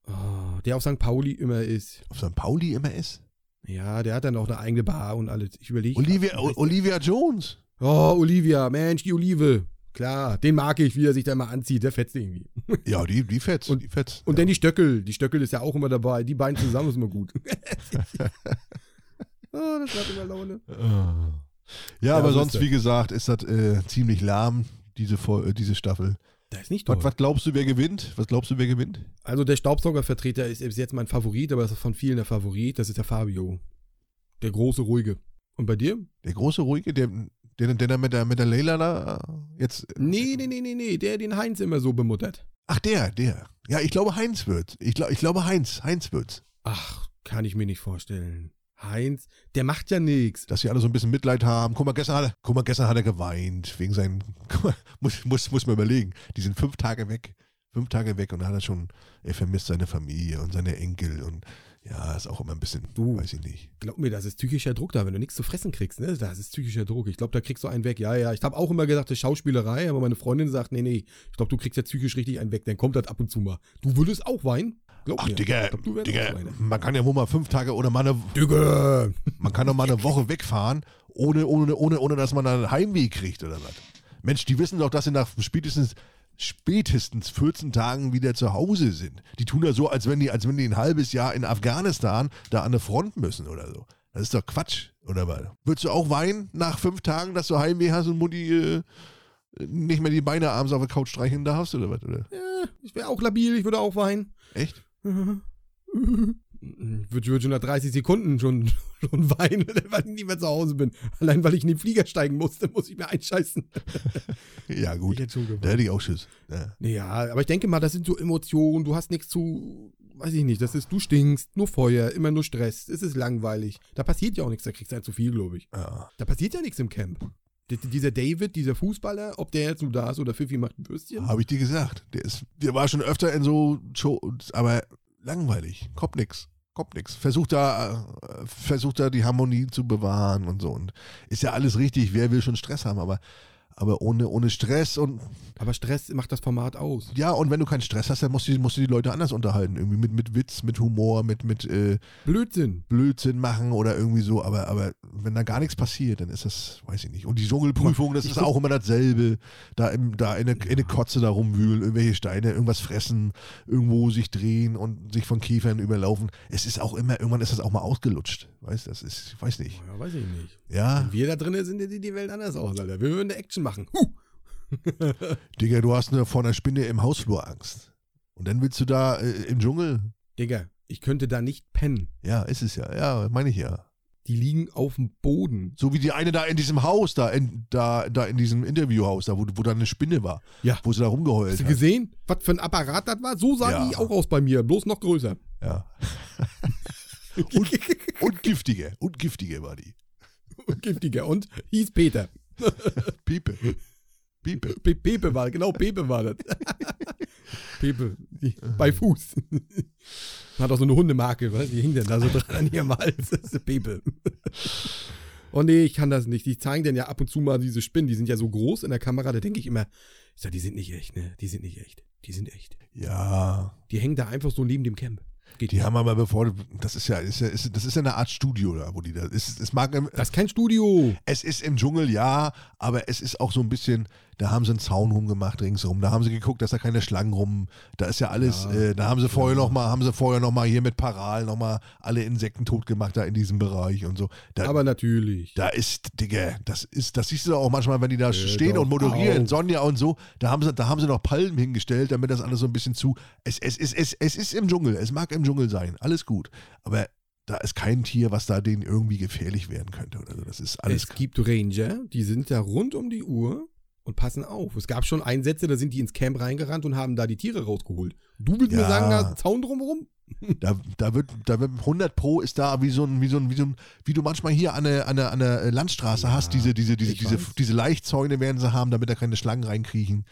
Ah, der auf St. Pauli immer ist.
Auf St. Pauli immer ist.
Ja, der hat dann auch eine eigene Bar und alles. Ich überlege.
Olivia, O- Olivia
<laughs>
Jones.
Oh, Olivia, Mensch, die Olive. Klar, den mag ich, wie er sich da mal anzieht. Der fetzt irgendwie.
Ja, die, die fetzt. die fetzt.
Und dann die Stöckel. Die Stöckel ist ja auch immer dabei. Die beiden zusammen ist immer gut.
Ah.
oh, das macht immer Laune.
Äh. Ja,
Ja,
aber
so ist
sonst,
das.
wie gesagt, ist das äh, ziemlich lahm, diese, Fol- äh, diese Staffel.
Das ist nicht toll.
Was, was glaubst du, wer gewinnt? Was glaubst du, wer gewinnt?
Also der Staubsaugervertreter ist bis jetzt mein Favorit, aber das ist von vielen der Favorit. Das ist der Fabio. Der große, ruhige. Und bei dir?
Der große Ruhige, der, der, der da mit der, mit der Leila da äh, jetzt. äh,
Nee, nee, nee, nee, nee. Der den Heinz immer so bemuttert.
Ach, der, der. Ja, ich glaube, Heinz wird's. Ich, glaub, ich glaube, Heinz. Heinz wird's.
Ach, kann ich mir nicht vorstellen. Heinz, der macht ja nichts.
Dass sie alle so ein bisschen Mitleid haben. Guck mal, gestern hat er, guck mal, gestern hat er geweint wegen seinen. <laughs> Guck mal, muss, muss, muss man überlegen. Die sind fünf Tage weg. Fünf Tage weg und da hat er schon. Er vermisst seine Familie und seine Enkel und. Ja, ist auch immer ein bisschen.
Du.
Weiß ich nicht.
Glaub mir, das ist psychischer Druck da, wenn du nichts zu fressen kriegst, ne? Das ist psychischer Druck. Ich glaube, da kriegst du einen weg. Ja, ja. Ich habe auch immer gesagt, das ist Schauspielerei, aber meine Freundin sagt, nee, nee, ich glaube, du kriegst ja psychisch richtig einen weg, dann kommt das ab und zu mal. Du würdest auch weinen? Glaub
Ach,
mir.
Digga,
Ich glaub, du wärst
Digga,
auch weinen.
man kann ja wohl mal fünf Tage oder mal eine,
Digga!
Man kann doch mal
<laughs>
eine Woche wegfahren, ohne, ohne, ohne, ohne dass man da einen Heimweh kriegt oder was. Mensch, die wissen doch, dass sie nach spätestens, spätestens 14 Tagen wieder zu Hause sind. Die tun ja so, als wenn die, als wenn die ein halbes Jahr in Afghanistan da an der Front müssen oder so. Das ist doch Quatsch, oder was? Würdest du auch weinen nach fünf Tagen, dass du Heimweh hast und Mutti äh, nicht mehr die Beine abends auf der Couch streicheln darfst oder was? Oder?
Ja, ich wäre auch labil, ich würde auch weinen.
Echt?
Ich würde würd schon nach 30 Sekunden schon, <laughs> schon weinen, weil ich nicht mehr zu Hause bin. Allein weil ich in den Flieger steigen musste, muss ich mir einscheißen.
Ja,
Ich
gut.
hätte schon geweint.
Da hätte ich auch Schiss. Ja.
Ja, aber ich denke mal, das sind so Emotionen, du hast nichts zu, weiß ich nicht, das ist, du stinkst, nur Feuer, immer nur Stress, es ist langweilig. Da passiert ja auch nichts, da kriegst du halt zu viel, glaube ich.
Ja.
Da passiert ja nichts im Camp. D dieser David, dieser Fußballer, ob der jetzt nur da ist oder Fifi macht ein Würstchen.
Habe ich dir gesagt. Der, ist, der war schon öfter in so Shows, aber langweilig. Kommt nix. Kommt nix. Versucht da, äh, versucht da die Harmonie zu bewahren und so. Und ist ja alles richtig. Wer will schon Stress haben? Aber, aber ohne, ohne Stress und
Aber Stress macht das Format aus.
ja, und wenn du keinen Stress hast, dann musst du, musst du die Leute anders unterhalten. Irgendwie mit, mit Witz, mit Humor, mit, mit äh,
Blödsinn.
Blödsinn machen oder irgendwie so. Aber, aber wenn da gar nichts passiert, dann ist das, weiß ich nicht. Und die Dschungelprüfung, das
Ich
ist
guck-
auch immer dasselbe. Da, im, da in, eine, in eine Kotze da rumwühlen, irgendwelche Steine, irgendwas fressen, irgendwo sich drehen und sich von Käfern überlaufen. Es ist auch immer, irgendwann ist das auch mal ausgelutscht. Weißt du, das ist, ich weiß nicht.
Ja, weiß ich nicht.
Ja,
Wenn wir da drinnen sind, sieht die Welt anders aus, Alter. Wir würden eine Action machen. Huh.
Digga, du hast eine, vor einer Spinne im Hausflur Angst. Und dann willst du da äh, im Dschungel?
Digga, ich könnte da nicht pennen.
Ja, ist es ja. Ja, meine ich ja.
Die liegen auf dem Boden.
So wie die eine da in diesem Haus, da in, da, da in diesem Interviewhaus, da wo, wo da eine Spinne war,
Ja.
wo sie da rumgeheult
Hast du
hat.
gesehen, was für ein Apparat das war? So sahen
Ja.
die auch aus bei mir, bloß noch größer.
Ja. <laughs> Und giftige, und giftige war die.
Und <laughs> giftiger. Und hieß Peter.
Piepe. Piepe.
Pe Pepe war, genau, Pepe war das.
<laughs>
Pepe, die, bei Fuß. <laughs> Hat auch so eine Hundemarke, was? Die hing denn
<laughs>
da so dran hier mal. Das ist Pepe. Oh nee, ich kann das nicht. Die zeigen denn ja ab und zu mal diese Spinnen. Die sind ja so groß in der Kamera, da denke ich immer, ich sag, die sind nicht echt, ne? Die sind nicht echt. Die sind echt.
Ja.
Die hängen da einfach so neben dem Camp. Geht
Die haben aber bevor, das ist ja, ist ja ist, das ist ja eine Art Studio da, wo die da ist. Es mag im,
Das ist kein Studio.
es ist im Dschungel, ja, aber es ist auch so ein bisschen, da haben sie einen Zaun rumgemacht ringsrum, da haben sie geguckt, dass da keine Schlangen rum, da ist ja alles,
Ja, genau.
äh, da haben sie vorher
ja.
noch mal, haben sie vorher noch mal hier mit Paral noch mal alle Insekten tot gemacht da in diesem Bereich und so. Da,
Aber natürlich.
da ist, Digga, das ist, das siehst du doch auch manchmal, wenn die da
Hör
stehen
Äh, doch
und moderieren,
auf.
Sonja und so, da haben sie, da haben sie noch Palmen hingestellt, damit das alles so ein bisschen zu. Es, es, es, es, es ist im Dschungel, es mag im Dschungel sein, alles gut. Aber da ist kein Tier, was da denen irgendwie gefährlich werden könnte oder so. Das ist alles
es gibt Ranger, die sind da rund um die Uhr und passen auf. Es gab schon Einsätze, da sind die ins Camp reingerannt und haben da die Tiere rausgeholt. Du willst mir
Ja.
sagen, da ist ein Zaun drumherum?
Da, da wird, da wird 100 Pro ist da wie so ein, wie so ein, wie so ein, wie du manchmal hier an einer an der, an der äh, Landstraße
Ja,
hast, diese, diese, diese,
ich
diese,
weiß.
diese Laichzäune werden sie haben, damit da keine Schlangen reinkriechen.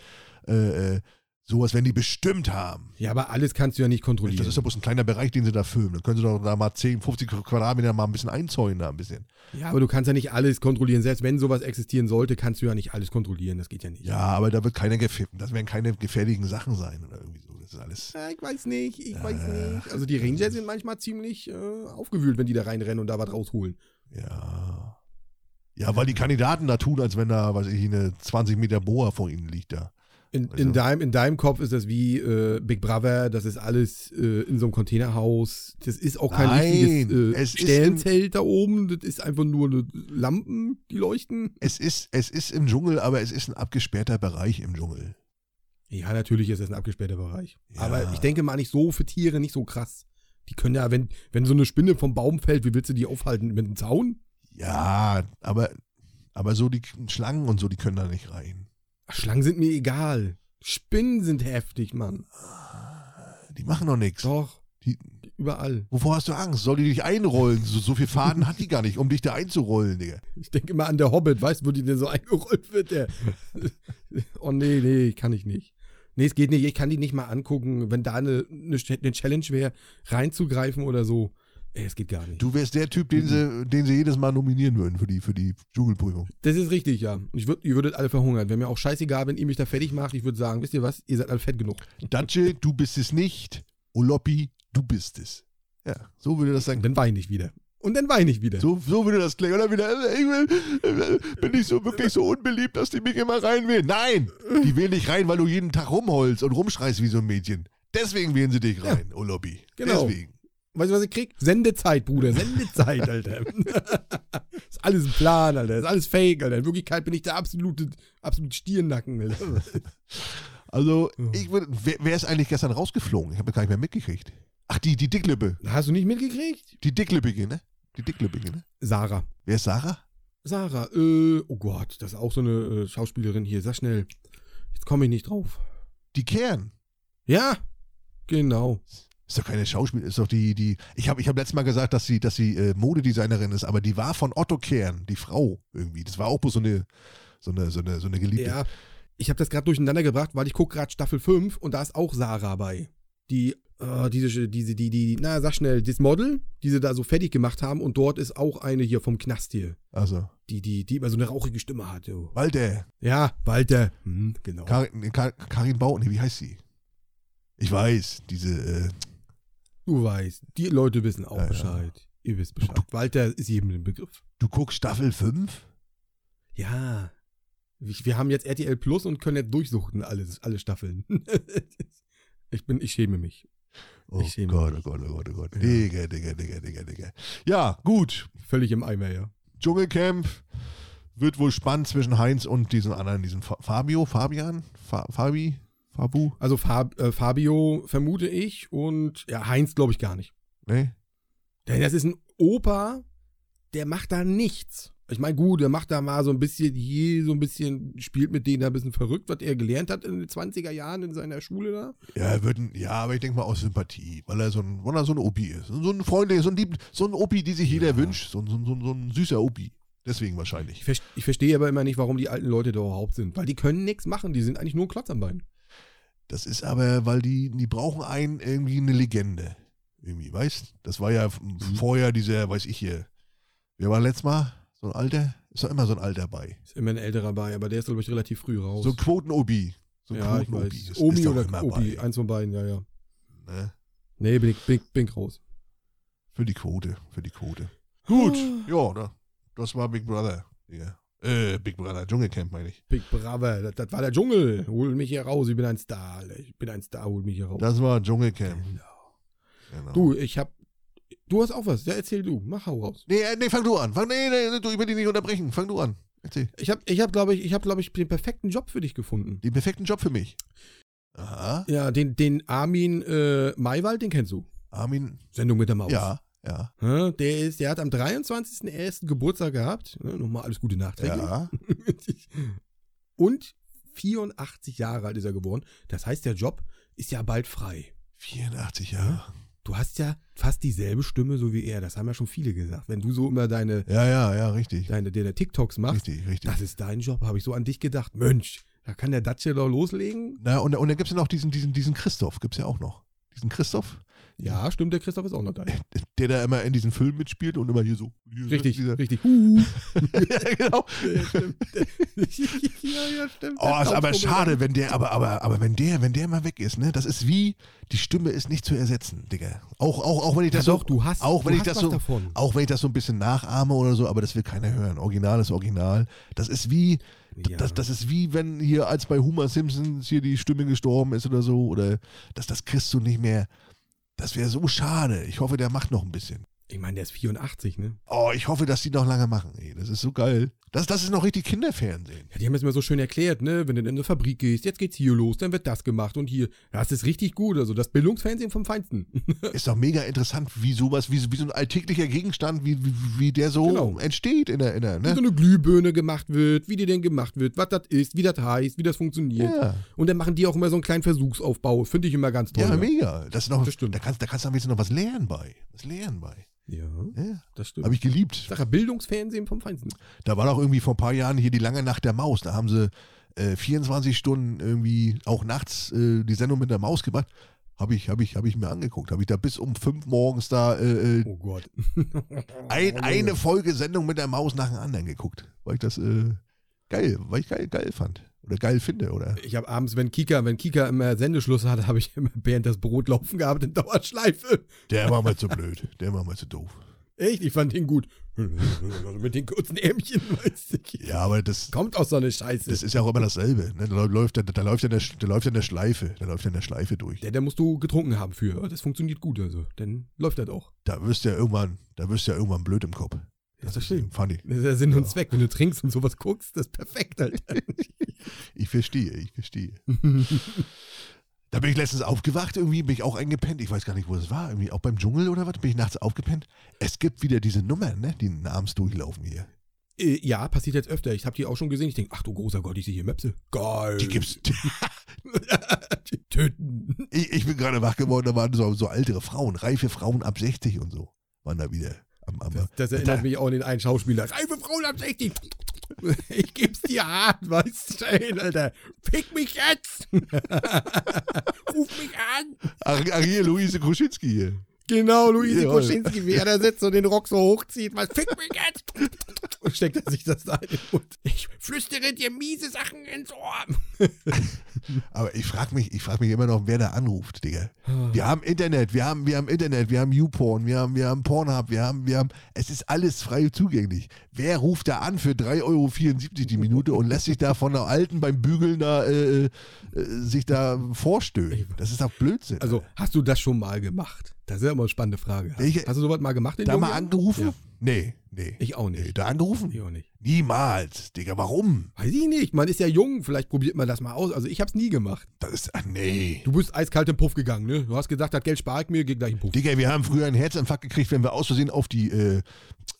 Äh, äh, sowas werden die bestimmt haben.
Ja, aber alles kannst du ja nicht kontrollieren.
Das ist ja bloß ein kleiner Bereich, den sie da filmen. Dann können sie doch da mal 10, 50 Quadratmeter mal ein bisschen einzäunen da ein bisschen.
ja, aber du kannst ja nicht alles kontrollieren. Selbst wenn sowas existieren sollte, kannst du ja nicht alles kontrollieren. Das geht ja nicht.
Ja, aber da wird keiner gefilmt. Das werden keine gefährlichen Sachen sein oder irgendwie so. Das ist alles.
Ja, Ich weiß nicht, ich weiß
Äh.
nicht. Also die Ranger sind manchmal ziemlich äh, aufgewühlt, wenn die da reinrennen und da was rausholen.
Ja. Ja, weil die Kandidaten da tun, als wenn da, weiß ich, eine 20 Meter Boa vor ihnen liegt da.
In,
Also-
in, deinem, in deinem Kopf ist das wie äh, Big Brother, das ist alles äh, in so einem Containerhaus. Das ist auch kein
Nein,
richtiges
es ist
äh, Sternzelt da oben. Das ist einfach nur eine Lampen, die leuchten.
Es ist, es ist im Dschungel, aber es ist ein abgesperrter Bereich im Dschungel.
Ja, natürlich ist das ein abgesperrter Bereich.
Ja.
Aber ich denke mal nicht so für Tiere, nicht so krass. Die können ja, wenn, wenn so eine Spinne vom Baum fällt, wie willst du die aufhalten? Mit einem Zaun?
Ja, aber, aber so die Schlangen und so, die können da nicht rein.
Ach, Schlangen sind mir egal. Spinnen sind heftig, Mann.
Die machen doch nichts.
Doch,
Die-
überall.
Wovor hast du Angst? Soll die dich einrollen? So, so viel Faden hat die gar nicht, um dich da einzurollen, Digga.
Ich denke immer an der Hobbit, weißt du, wo die denn so eingerollt
<laughs>
wird? Der. oh nee, nee, kann ich nicht. Nee, es geht nicht, ich kann die nicht mal angucken, wenn da eine, eine, Sch- eine Challenge wäre, reinzugreifen oder so. Ey, es geht gar nicht.
Du wärst der Typ, den sie, den sie jedes Mal nominieren würden für die, für die Dschungelprüfung.
Das ist richtig, ja. Und Ich würd, ihr würdet alle verhungern. Wäre mir auch scheißegal, wenn ihr mich da fertig macht. Ich würde sagen, wisst ihr was, ihr seid alle fett genug.
Datsche, du bist es nicht. Oloppi, du bist es. Ja, so würde das
Und
sagen.
dann weine ich wieder. Und dann weine ich wieder.
So, so würde das klingen. Oder wieder, äh, ich will, äh, bin ich so wirklich so unbeliebt, dass die mich immer rein will. Nein, die will nicht rein, weil du jeden Tag rumholst und rumschreist wie so ein Mädchen. Deswegen wählen sie dich rein, Oloppi.
Genau.
Deswegen.
Weißt du, was ich krieg? Sendezeit, Bruder. Sendezeit, Alter. <laughs> ist alles ein Plan, Alter. Ist alles fake, Alter. In Wirklichkeit bin ich der absolute, absolute Stiernacken, Alter.
Also,
Ja.
ich würde, wer, wer ist eigentlich gestern rausgeflogen? Ich habe gar nicht mehr mitgekriegt. Ach, die, die Dicklippe.
Hast du nicht mitgekriegt?
Die Dicklippige, ne? Die Dicklippige, ne?
Sarah.
Wer ist Sarah?
Sarah, äh, oh Gott, das ist auch so eine äh, Schauspielerin hier. Sag schnell. Jetzt komme ich nicht drauf.
Die Kern.
Ja, genau.
Ist doch keine Schauspielerin, ist doch die, die. Ich habe ich hab letztes Mal gesagt, dass sie, dass sie äh, Modedesignerin ist, aber die war von Otto Kern, die Frau irgendwie. Das war auch bloß so eine, so eine, so eine, so eine Geliebte.
Ja. Ich habe das gerade durcheinander gebracht, weil ich gucke gerade Staffel 5 und da ist auch Sarah bei. Die, äh, diese, diese, die, die, na, sag schnell, das Model, die sie da so fertig gemacht haben und dort ist auch eine hier vom Knast hier.
Also,
Die, die, die immer so eine rauchige Stimme hat. Jo.
Walter,
Ja, Walter. Hm, genau.
Karin, nee, Kar Karin Bau, nee, wie heißt sie? Ich weiß, diese, äh,
Du weißt, die Leute wissen auch
Ja, ja.
Bescheid. Ihr wisst Bescheid. Walter ist jedem ein Begriff.
du guckst Staffel 5?
Ja. Wir, wir haben jetzt RTL Plus und können jetzt durchsuchten alles, alle Staffeln. <laughs> ich bin, ich schäme mich.
Oh
Ich seh
Gott, oh
mich.
Gott, oh Gott, oh Gott.
Ja.
Digga, Digga, Digga, Digga, Digga. Ja, gut.
Völlig im Eimer, ja.
Dschungelcamp wird wohl spannend zwischen Heinz und diesen anderen, diesen Fa Fabio, Fabian, Fa Fabi, Fabu,
Also Fab, äh, Fabio vermute ich und ja, Heinz glaube ich gar nicht.
ne?
Denn das ist ein Opa, der macht da nichts. Ich meine, gut, der macht da mal so ein bisschen, je, so ein bisschen, spielt mit denen da ein bisschen verrückt, was er gelernt hat in den 20er Jahren in seiner Schule da.
Ja, er wird ein, ja, aber ich denke mal aus Sympathie, weil er so ein, weil er so ein Opi ist. So ein freundlicher, so ein lieb, so ein Opi, die sich jeder
Ja.
wünscht. So ein, so, ein, so, ein, so ein süßer Opi. Deswegen wahrscheinlich.
Ich, ver ich verstehe aber immer nicht, warum die alten Leute da überhaupt sind, weil die können nichts machen, die sind eigentlich nur ein Klotz am Bein.
Das ist aber, weil die, die brauchen einen irgendwie eine Legende. Irgendwie, weißt Das war ja f-
Mhm.
vorher dieser, weiß ich hier. Wer war letztes Mal? So ein alter? Ist doch immer so ein alter bei.
Ist immer ein älterer bei, aber der ist, glaube ich, relativ früh raus.
So ein Quoten-Obi. So ein
ja, ich
Quoten-Obi
weiß.
ist-
Omi
ist doch
oder
immer
Opi,
bei,
eins von beiden, ja, ja.
ne?
Nee, bin ich, bin, ich- bin ich raus.
Für die Quote, für die Quote. Gut, ja, ne? das war Big Brother. Ja. Äh, Big Brother, Dschungelcamp meine ich.
Big Brother, das, das war der Dschungel. Hol mich hier raus, ich bin ein Star. Alter. Ich bin ein Star, hol mich hier raus.
Das war Dschungelcamp.
Genau.
Genau.
Du, ich hab. Du hast auch was, ja, erzähl du, mach hau raus.
Nee, äh, nee, fang du an. Fang, nee, nee, nee, du, ich will dich nicht unterbrechen. Fang du an. Erzähl.
Ich hab, ich hab, glaube ich, ich hab, glaube ich, den perfekten Job für dich gefunden.
Den perfekten Job für mich. Aha.
Ja, den, den Armin äh, Maywald, den kennst du.
Armin.
Sendung mit der Maus.
Ja, ja.
Hä? Der, ist, der hat am 23.01. Geburtstag gehabt. Ne, Nochmal alles Gute nachträglich.
Ja.
Und 84 Jahre alt ist er geworden. Das heißt, der Job ist ja bald frei.
84 Jahre.
Du hast ja fast dieselbe Stimme so wie er. Das haben ja schon viele gesagt. Wenn du so immer deine,
Ja, ja, ja, richtig.
deine, deine TikToks machst,
Richtig, richtig.
das ist dein Job, habe ich so an dich gedacht. Mensch, da kann der Dacia doch loslegen.
Na, und, und dann gibt es ja noch diesen, diesen, diesen Christoph, gibt es ja auch noch. Diesen Christoph,
Ja, stimmt, der Christoph ist auch noch da.
der da immer in diesen Filmen mitspielt und immer hier so. Hier
Richtig,
Dieser, <laughs>
richtig. Huh.
ja, genau.
ja, stimmt. <laughs> ja, ja, stimmt.
Oh, ist aber schade, wenn der, aber, aber, aber wenn der, wenn der mal weg ist, ne? Das ist wie, die Stimme ist nicht zu ersetzen, Digga. Auch, auch, auch wenn ich
Ja,
das
doch,
so,
du hast,
auch
du
wenn ich
hast
das
was
so-
davon.
auch wenn ich das so ein bisschen nachahme oder so, aber das will keiner hören. Original ist Original. Das ist wie,
Ja.
das, das ist wie wenn hier, als bei Homer Simpsons hier die Stimme gestorben ist oder so, oder dass das kriegst du nicht mehr. Das wäre so schade. Ich hoffe, der macht noch ein bisschen.
Ich meine, der ist 84, ne?
Oh, ich hoffe, dass die noch lange machen. Ey, das ist so geil. Das, das ist noch richtig Kinderfernsehen.
Ja, die haben es mir so schön erklärt, ne? Wenn du in eine Fabrik gehst, jetzt geht's hier los, dann wird das gemacht und hier. Das ist richtig gut, also das Bildungsfernsehen vom Feinsten. <laughs>
Ist doch mega interessant, wie sowas, wie, so- wie so ein alltäglicher Gegenstand, wie, wie, wie der so
Genau.
entsteht in der, in der
Wie so
ne?
eine Glühbirne gemacht wird, wie die denn gemacht wird, was das ist, wie das heißt, wie das funktioniert.
Ja,
Und dann machen die auch immer so einen kleinen Versuchsaufbau. Finde ich immer ganz toll.
ja, mega. Das ist noch,
Das stimmt.
Da kannst, da kannst du am wenigsten noch was lernen bei. Was lernen bei.
ja
Ne?
das stimmt.
Habe ich
ich
geliebt.
sag ja, Bildungsfernsehen vom Feinsten.
Da war doch irgendwie vor ein paar Jahren hier die lange Nacht der Maus. Da haben sie äh, 24 Stunden irgendwie auch nachts äh, die Sendung mit der Maus gemacht. Habe ich, hab ich, hab ich mir angeguckt. Habe ich da bis um fünf morgens da äh, äh,
Oh Gott.
ein,
Oh,
eine
Junge.
Folge Sendung mit der Maus nach dem anderen geguckt, weil ich das äh, geil, weil ich geil, geil fand oder geil finde oder.
Ich habe abends, wenn Kika, wenn Kika immer Sendeschluss hatte, habe ich immer Bernd das Brot laufen gehabt in Dauerschleife.
Der war mal zu blöd, der war mal zu doof.
Echt, ich fand den gut. <laughs> Also Mit den kurzen Ärmchen, <laughs> weiß ich.
Ja, aber das,
Kommt aus so einer Scheiße.
das ist ja auch immer dasselbe. Ne? Da läuft, da, da läuft ja in der, Sch- da läuft ja in der Schleife, da läuft ja in der Schleife durch.
der, der musst du getrunken haben für. Das funktioniert gut, also. Dann läuft das auch.
Da wirst du ja irgendwann, da wirst du ja irgendwann blöd im Kopf.
Das ist schön.
Funny.
Das ist der Sinn und Zweck. Wenn du trinkst und sowas guckst, das ist perfekt, Alter.
Ich verstehe, ich verstehe. Da bin ich letztens aufgewacht, irgendwie bin ich auch eingepennt. Ich weiß gar nicht, wo es war. Irgendwie auch beim Dschungel oder was? Bin ich nachts aufgepennt. Es gibt wieder diese Nummern, ne? die abends durchlaufen hier.
Äh, ja, passiert jetzt öfter. Ich habe die auch schon gesehen. Ich denke, ach du großer Gott, ich sehe hier Möpse. Geil.
Die gibt's.
<laughs> Die Töten.
Ich, ich bin gerade wach geworden, da waren so, so ältere Frauen, reife Frauen ab 60 und so, waren da wieder am, am
Das, das
da,
erinnert mich auch an den einen Schauspieler. Reife Frauen ab 60. Ich geb's dir hart, weißt du, ey, Alter. Pick mich jetzt. <laughs> Ruf mich an.
Ach, ach hier, Luise Kuschinski hier.
Genau, Luise
Jawohl.
Kuschinski, wie er da sitzt und den Rock so hochzieht. Was fick mich jetzt? Und <laughs> steckt er sich das da in den Mund. Ich flüstere dir miese Sachen ins Ohr.
Aber ich frage mich, ich frag mich immer noch, wer da anruft, Digga.
Ah.
Wir haben Internet, wir haben, wir haben Internet, wir haben YouPorn, wir haben, wir haben Pornhub, wir haben, wir haben, es ist alles frei zugänglich. Wer ruft da an für 3,74 Euro die Minute und lässt sich da von der Alten beim Bügeln da äh, äh, sich da vorstöhnen? Das ist doch Blödsinn.
Also, hast du das schon mal gemacht? Das ist ja immer eine spannende Frage.
Ich-
hast du sowas mal gemacht? in
da
jungen
mal
Jahren?
angerufen?
Ja.
Nee, nee.
Ich auch
nee.
nicht.
Da angerufen?
Ich auch nicht.
Niemals. Digga, warum?
Weiß ich nicht. Man ist ja jung. Vielleicht probiert man das mal aus. Also, ich hab's nie gemacht.
Das ist, ach nee.
Du bist eiskalt im Puff gegangen, ne? Du hast gesagt, das Geld spare ich mir, geh gleich im Puff.
Digga, wir haben früher einen Herzinfarkt gekriegt, wenn wir aus Versehen auf die äh,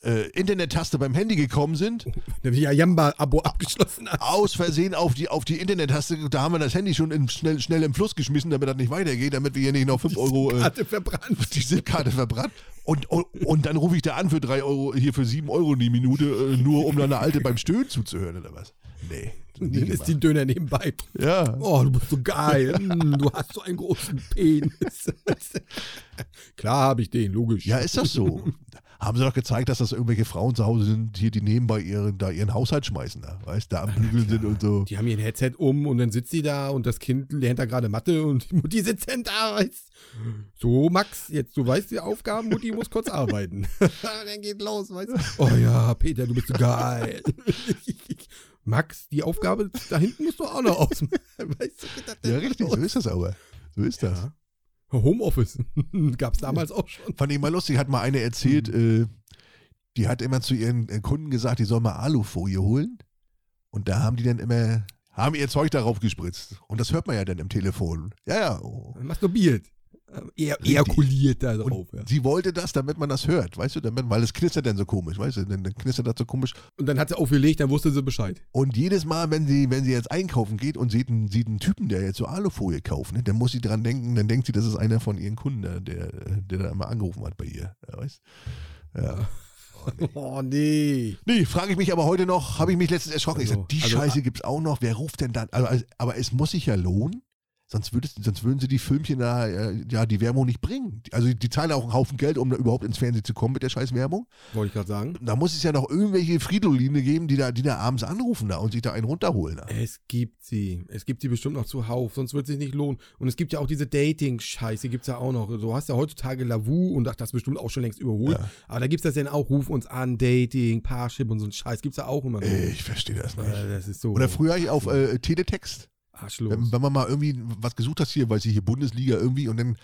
äh, Internettaste beim Handy gekommen sind.
Wenn ich ja Jamba-Abo abgeschlossen habe.
Aus Versehen auf die, auf die Internettaste, da haben wir das Handy schon in, schnell, schnell im Fluss geschmissen, damit das nicht weitergeht, damit wir hier nicht noch 5 Euro
<laughs>
äh,
Hatte verbrannt.
die SIM-Karte verbrannt. Und, und, und dann rufe ich da an für 3 Euro, hier für 7 Euro die Minute, äh, nur um deiner Alte beim Stöhnen zuzuhören oder was?
<laughs>
Nee. Nie
Dann ist
gemacht.
die Döner nebenbei.
Ja.
Oh, du bist so <laughs> geil. Hm, du hast so einen großen Penis. <laughs> Klar habe ich den, logisch.
Ja, ist das so? Haben sie doch gezeigt, dass das irgendwelche Frauen zu Hause sind, hier, die nebenbei ihren, da ihren Haushalt schmeißen, da, weißt da am Bügeln sind und so.
Die haben ihr ein Headset um und dann sitzt sie da und das Kind lernt da gerade Mathe und die Mutti sitzt dann da. Weißt. So, Max, jetzt du weißt die Aufgaben, Mutti muss kurz arbeiten. <laughs> dann geht los, weißt du. Oh ja, Peter, du bist so <laughs> geil. Max, die Aufgabe da hinten musst du auch noch ausmachen. Weißt du, das- <laughs>
Ja, richtig, so ist das aber. So ist das.
Ja. Homeoffice <laughs> gab's damals auch schon.
Fand ich mal lustig, hat mal eine erzählt,
Hm.
äh, die hat immer zu ihren äh, Kunden gesagt, die sollen mal Alufolie holen. Und da haben die dann immer, haben ihr Zeug darauf gespritzt. Und das hört man ja dann im Telefon. Ja, ja. oh.
Masturbiert. Ähm, Er,
Richtig.
ejakuliert da drauf. ja.
Sie wollte das, damit man das hört, weißt du, damit, weil es knistert dann so komisch, weißt du, dann, dann knistert das so komisch.
Und dann hat sie aufgelegt, dann wusste sie Bescheid.
Und jedes Mal, wenn sie, wenn sie jetzt einkaufen geht und sieht einen, sieht einen Typen, der jetzt so Alufolie kauft, ne, dann muss sie dran denken, dann denkt sie, das ist einer von ihren Kunden, der, der, der da immer angerufen hat bei ihr. Ja, weißt? ja.
<laughs> Oh nee.
Nee, frage ich mich aber heute noch, habe ich mich letztens erschrocken. ich
Also,
sag, die
also,
Scheiße
ah-
gibt's auch noch. Wer ruft denn dann? Also, also, aber es muss sich ja lohnen. Sonst, würdest, sonst würden sie die Filmchen da, äh, ja, die Werbung nicht bringen. Also die zahlen auch einen Haufen Geld, um da überhaupt ins Fernsehen zu kommen mit der scheiß Werbung.
Wollte ich gerade sagen.
Da muss es ja noch irgendwelche Fridoline geben, die da, die da abends anrufen da und sich da einen runterholen. Da.
Es gibt sie. Es gibt sie bestimmt noch zuhauf, sonst wird es sich nicht lohnen. Und es gibt ja auch diese Dating-Scheiße, gibt's ja auch noch. Du hast ja heutzutage Lavu und ach, das bestimmt auch schon längst überholt.
Ja.
Aber da gibt's das dann auch, ruf uns an, Dating, Parship und so ein Scheiß. Gibt's ja auch immer noch.
Ich verstehe das nicht.
Äh, das ist so
Oder früher ich auf äh, Teletext,
arschlos.
wenn, wenn man mal irgendwie was gesucht hat hier, weiß ich hier Bundesliga irgendwie und dann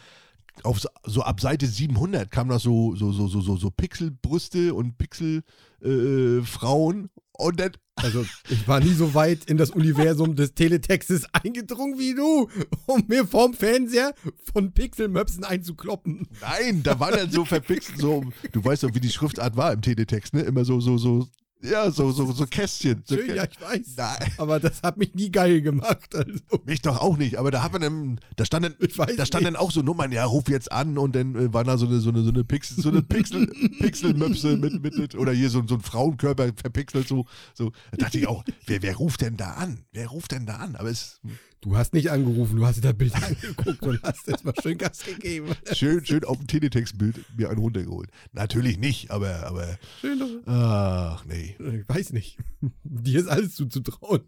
auf so- so ab Seite 700 kam das so so so so so, so Pixelbrüste und Pixel äh, Frauen und dann
Also, ich war nie so weit in das Universum des Teletextes <laughs> eingedrungen wie du, um mir vorm Fernseher von Pixelmöpsen einzukloppen.
nein, da war dann
<laughs>
so verpixelt so du weißt doch wie die Schriftart war im Teletext, ne? Immer so so so ja, so so so Kästchen. So,
Schön, ja, ich weiß.
Nein,
Aber das hat mich nie geil gemacht. Also,
mich doch auch nicht, aber da hat man dann, da stand dann,
ich weiß
da stand
nicht.
dann auch so Nummern, ja, ruf jetzt an und dann äh, waren da so eine, so eine, so eine Pixel, so
<laughs>
eine Pixel, Pixelmöpse mit, mit, mit, oder hier so, so ein Frauenkörper verpixelt, so, so. Da dachte ich auch, wer, wer ruft denn da an? Wer ruft denn da an? Aber es
Du hast nicht angerufen, du hast dir das Bild <laughs> angeguckt und hast jetzt mal schön Gas gegeben.
ist schön, schön auf dem Teletextbild mir einen runtergeholt. Natürlich nicht, aber, aber,
Schön, doch.
ach, nee.
ich Äh, weiß nicht. Dir ist alles zuzutrauen.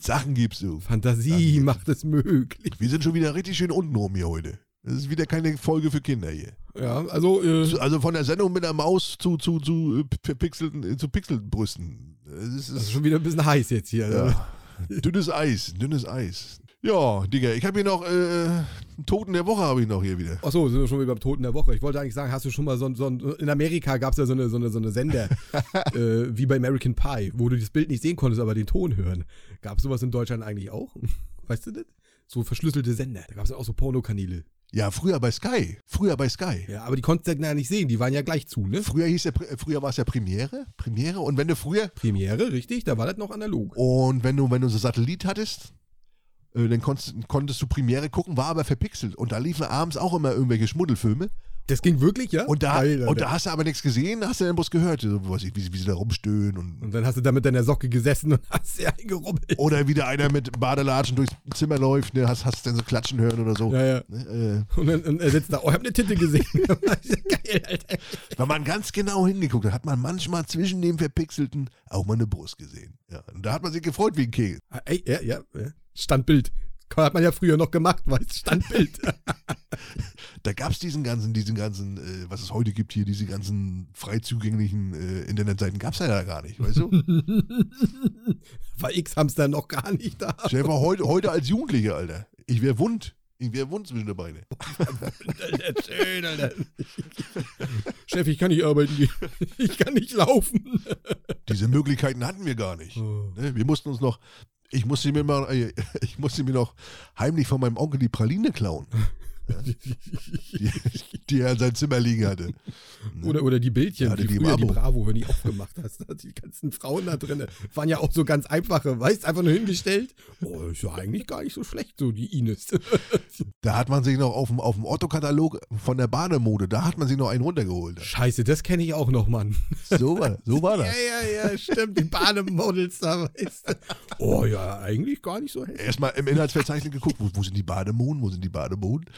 Sachen gibst du.
Fantasie
Danke.
macht es möglich.
Wir sind schon wieder richtig schön unten rum hier heute. Das ist wieder keine Folge für Kinder hier.
Ja, also, äh,
Also von der Sendung mit der Maus zu, zu, zu, äh, verpixelten, äh, zu Pixelbrüsten. Das
das ist
ist,
schon wieder ein bisschen heiß jetzt hier.
Ja.
<laughs>
Dünnes Eis, dünnes Eis. Ja, Digga, ich habe hier noch äh, einen Toten der Woche habe ich noch hier wieder.
Achso, sind wir schon wieder beim Toten der Woche. Ich wollte eigentlich sagen, hast du schon mal so ein, so ein in Amerika gab es ja so eine, so eine, so
<laughs>
eine Sender, äh, wie bei American Pie, wo du das Bild nicht sehen konntest, aber den Ton hören. Gab es sowas in Deutschland eigentlich auch? <laughs> Weißt du das? So verschlüsselte Sender. Da gab es auch so Pornokanäle.
Ja, früher bei Sky. Früher bei Sky.
Ja, aber die konntest du ja gar nicht sehen, die waren ja gleich zu, ne?
Früher hieß der, Pri- äh, früher war es ja Premiere, Premiere. Und wenn du früher
Premiere, richtig, da war das noch analog.
und wenn du wenn du so Satellit hattest, äh, dann konntest, konntest du Premiere gucken, war aber verpixelt. Und da liefen abends auch immer irgendwelche Schmuddelfilme.
Das ging wirklich, ja?
Und da,
Geil,
und
Alter.
da hast du aber nichts gesehen, hast du dann bloß gehört, so, weiß ich, wie, sie- wie sie da rumstöhnen und
Und dann hast du da mit deiner Socke gesessen und <laughs> hast sie eingerubbelt.
Oder wieder einer mit Badelatschen durchs Zimmer läuft, ne? hast, hast du denn so klatschen hören oder so.
Ja, ja.
Ne,
Und dann und er sitzt da, oh, ich hab eine Titte gesehen. <laughs> Geil, Alter.
Äh, wenn man ganz genau hingeguckt hat, hat man manchmal zwischen dem Verpixelten auch mal eine Brust gesehen. Ja, und da hat man sich gefreut wie ein Kegel.
Ah, Ey, ja, <laughs> ja, ja. Standbild. Hat man ja früher noch gemacht, weißt du, Standbild.
Da gab es diesen ganzen, diesen ganzen, äh, was es heute gibt hier, diese ganzen frei zugänglichen äh, Internetseiten gab es ja da gar nicht, weißt
<laughs>
du?
Weil X-Hamster noch gar nicht <laughs> da.
Stell dir mal heute, heute als Jugendlicher, Alter. Ich wäre wund. Ich wäre wund zwischen den Beinen.
Alter, schön, Alter. Chef, ich kann nicht arbeiten gehen. Ich kann nicht laufen.
Diese Möglichkeiten hatten wir gar nicht.
Oh,
Ne? Wir mussten uns noch, ich musste mir mal, äh, <laughs> ich musste mir noch heimlich von meinem Onkel die Praline <laughs> klauen, die, die er in seinem Zimmer liegen hatte. Ne?
Oder, oder die Bildchen,
Ja,
die,
die im
früher die
Abo.
Bravo, wenn die aufgemacht hast. Die ganzen Frauen da drin waren ja auch so ganz einfache, weißt, einfach nur hingestellt. Oh, ist ja eigentlich gar nicht so schlecht, so die Ines.
Da hat man sich noch auf dem, auf dem Otto-Katalog von der Bademode, da hat man sich noch einen runtergeholt.
Scheiße, das kenne ich auch noch, Mann.
So war, so war das.
Ja, ja, ja, stimmt. Die Bahnmodels da, weißt du. Oh ja, eigentlich gar nicht so
<laughs>
hässlich.
Erstmal im Inhaltsverzeichnis geguckt, wo, wo sind die Bademoden, wo sind die <laughs> Bademoden?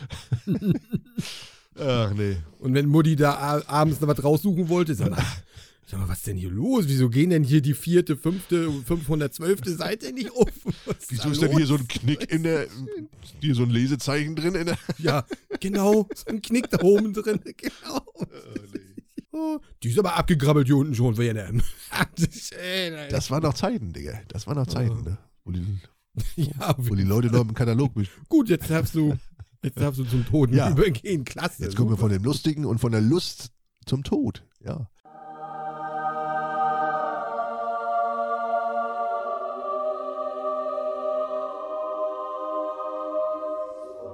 Ach nee.
Und wenn Mutti da a- abends noch was raussuchen wollte, sag mal, sag mal, was ist denn hier los? Wieso gehen denn hier die vierte, fünfte, 512. Seite nicht auf? Was da
Wieso ist denn
los?
hier so ein Knick in der, hier so ein Lesezeichen drin in der,
Ja, genau, so ein Knick da oben drin, <laughs> genau. Oh, die ist aber abgegrabbelt hier unten schon, Werner. Das ist schön, Alter.
Das waren noch Zeiten, Digga. Das waren noch Zeiten, ne? Wo die,
ja,
wo <laughs> die Leute noch im Katalog bist.
gut, jetzt darfst du, jetzt darfst du zum Toten
Ja.
übergehen, klasse.
Jetzt kommen wir von dem Lustigen und von der Lust zum Tod. Ja.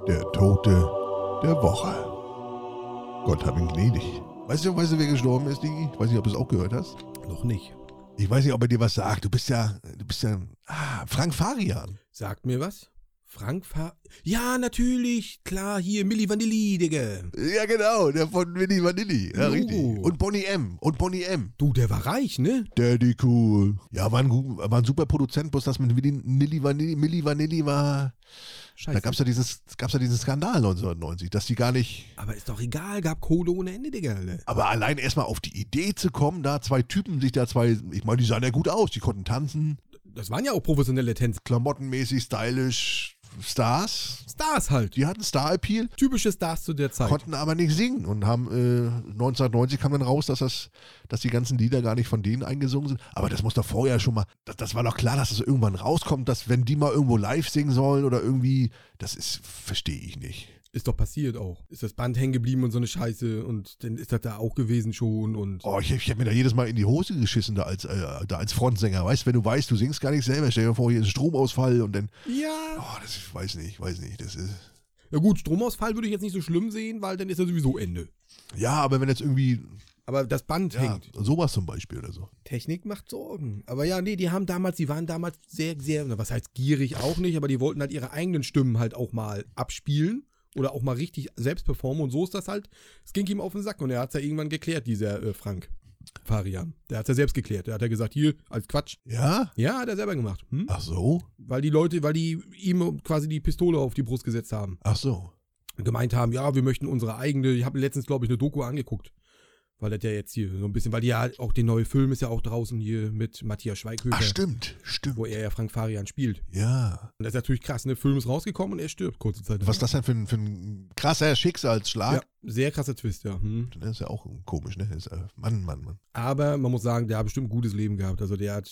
Der Tote der Woche. Gott hab ihn gnädig. Weißt du, weißt du, wer gestorben ist, Digi? Ich weiß nicht, ob du es auch gehört hast.
Noch nicht.
Ich weiß nicht, ob er dir was sagt. Du bist ja, du bist ja, ah, Frank Farian.
Sagt mir was? Frank Fa Ja, natürlich, klar, hier, Milli Vanilli, Digga.
Ja, genau, der von Winnie Vanilli. Ja,
Oh.
richtig. Und Bonnie M. Und Bonnie M.
Du, der war reich, ne?
Daddy cool. Ja, war ein, gu- war ein super Produzent, bloß das mit Willi- Nilli Vanilli, Milli Vanilli war. Da
Scheiße.
gab's ja diesen, gab's ja diesen Skandal 1990, dass die gar nicht.
Aber ist doch egal, gab Kohle ohne Ende, Digga. Alter.
Aber allein erstmal auf die Idee zu kommen, da zwei Typen sich da zwei, ich meine, die sahen ja gut aus, die konnten tanzen,
Das waren ja auch professionelle Tänzer.
klamottenmäßig, stylisch, Stars.
Stars halt.
Die hatten Star-Appeal,
Typische Stars zu der Zeit.
konnten aber nicht singen und haben äh, 1990 kam dann raus, dass das, dass die ganzen Lieder gar nicht von denen eingesungen sind. Aber das muss doch vorher schon mal, das, das war doch klar, dass das irgendwann rauskommt, dass wenn die mal irgendwo live singen sollen oder irgendwie, das ist, verstehe ich nicht.
Ist doch passiert auch. Ist das Band hängen geblieben und so eine Scheiße und dann ist das da auch gewesen schon und.
Oh, ich, ich hab mir da jedes Mal in die Hose geschissen da als, äh, da als Frontsänger, weißt, wenn du weißt, du singst gar nicht selber, stell dir vor, hier ist ein Stromausfall und dann,
Ja.
oh, das, ich weiß nicht, ich weiß nicht, das ist,
Ja gut, Stromausfall würde ich jetzt nicht so schlimm sehen, weil dann ist ja sowieso Ende.
ja, aber wenn jetzt irgendwie,
Aber das Band
ja,
hängt.
sowas zum Beispiel oder so.
Technik macht Sorgen. Aber ja, nee, die haben damals, die waren damals sehr, sehr, na, was heißt gierig auch nicht, aber die wollten halt ihre eigenen Stimmen halt auch mal abspielen oder auch mal richtig selbst performen und so ist das halt. Es ging ihm auf den Sack und er hat es ja irgendwann geklärt, dieser äh, Frank Farian. Der hat es ja selbst geklärt. Der hat ja gesagt, hier, als Quatsch.
Ja?
Ja, hat er selber gemacht. Hm?
Ach so?
Weil die Leute, weil die ihm quasi die Pistole auf die Brust gesetzt haben.
Ach so.
Und gemeint haben, ja, wir möchten unsere eigene, ich habe letztens, glaube ich, eine Doku angeguckt. Weil das ja jetzt hier so ein bisschen, weil die ja auch der neue Film ist ja auch draußen hier mit Matthias Schweighöfer
Ach, stimmt, stimmt.
wo er ja Frank Farian spielt.
Ja.
Und das ist natürlich krass, ne? Film ist rausgekommen und er stirbt kurze Zeit.
Was ist das denn für ein, für ein krasser
ja,
Schicksalsschlag?
sehr krasser Twist, ja. Hm.
Das ist ja auch komisch, ne? Das Ist, äh, Mann, Mann, Mann.
Aber man muss sagen, der hat bestimmt ein gutes Leben gehabt. Also der hat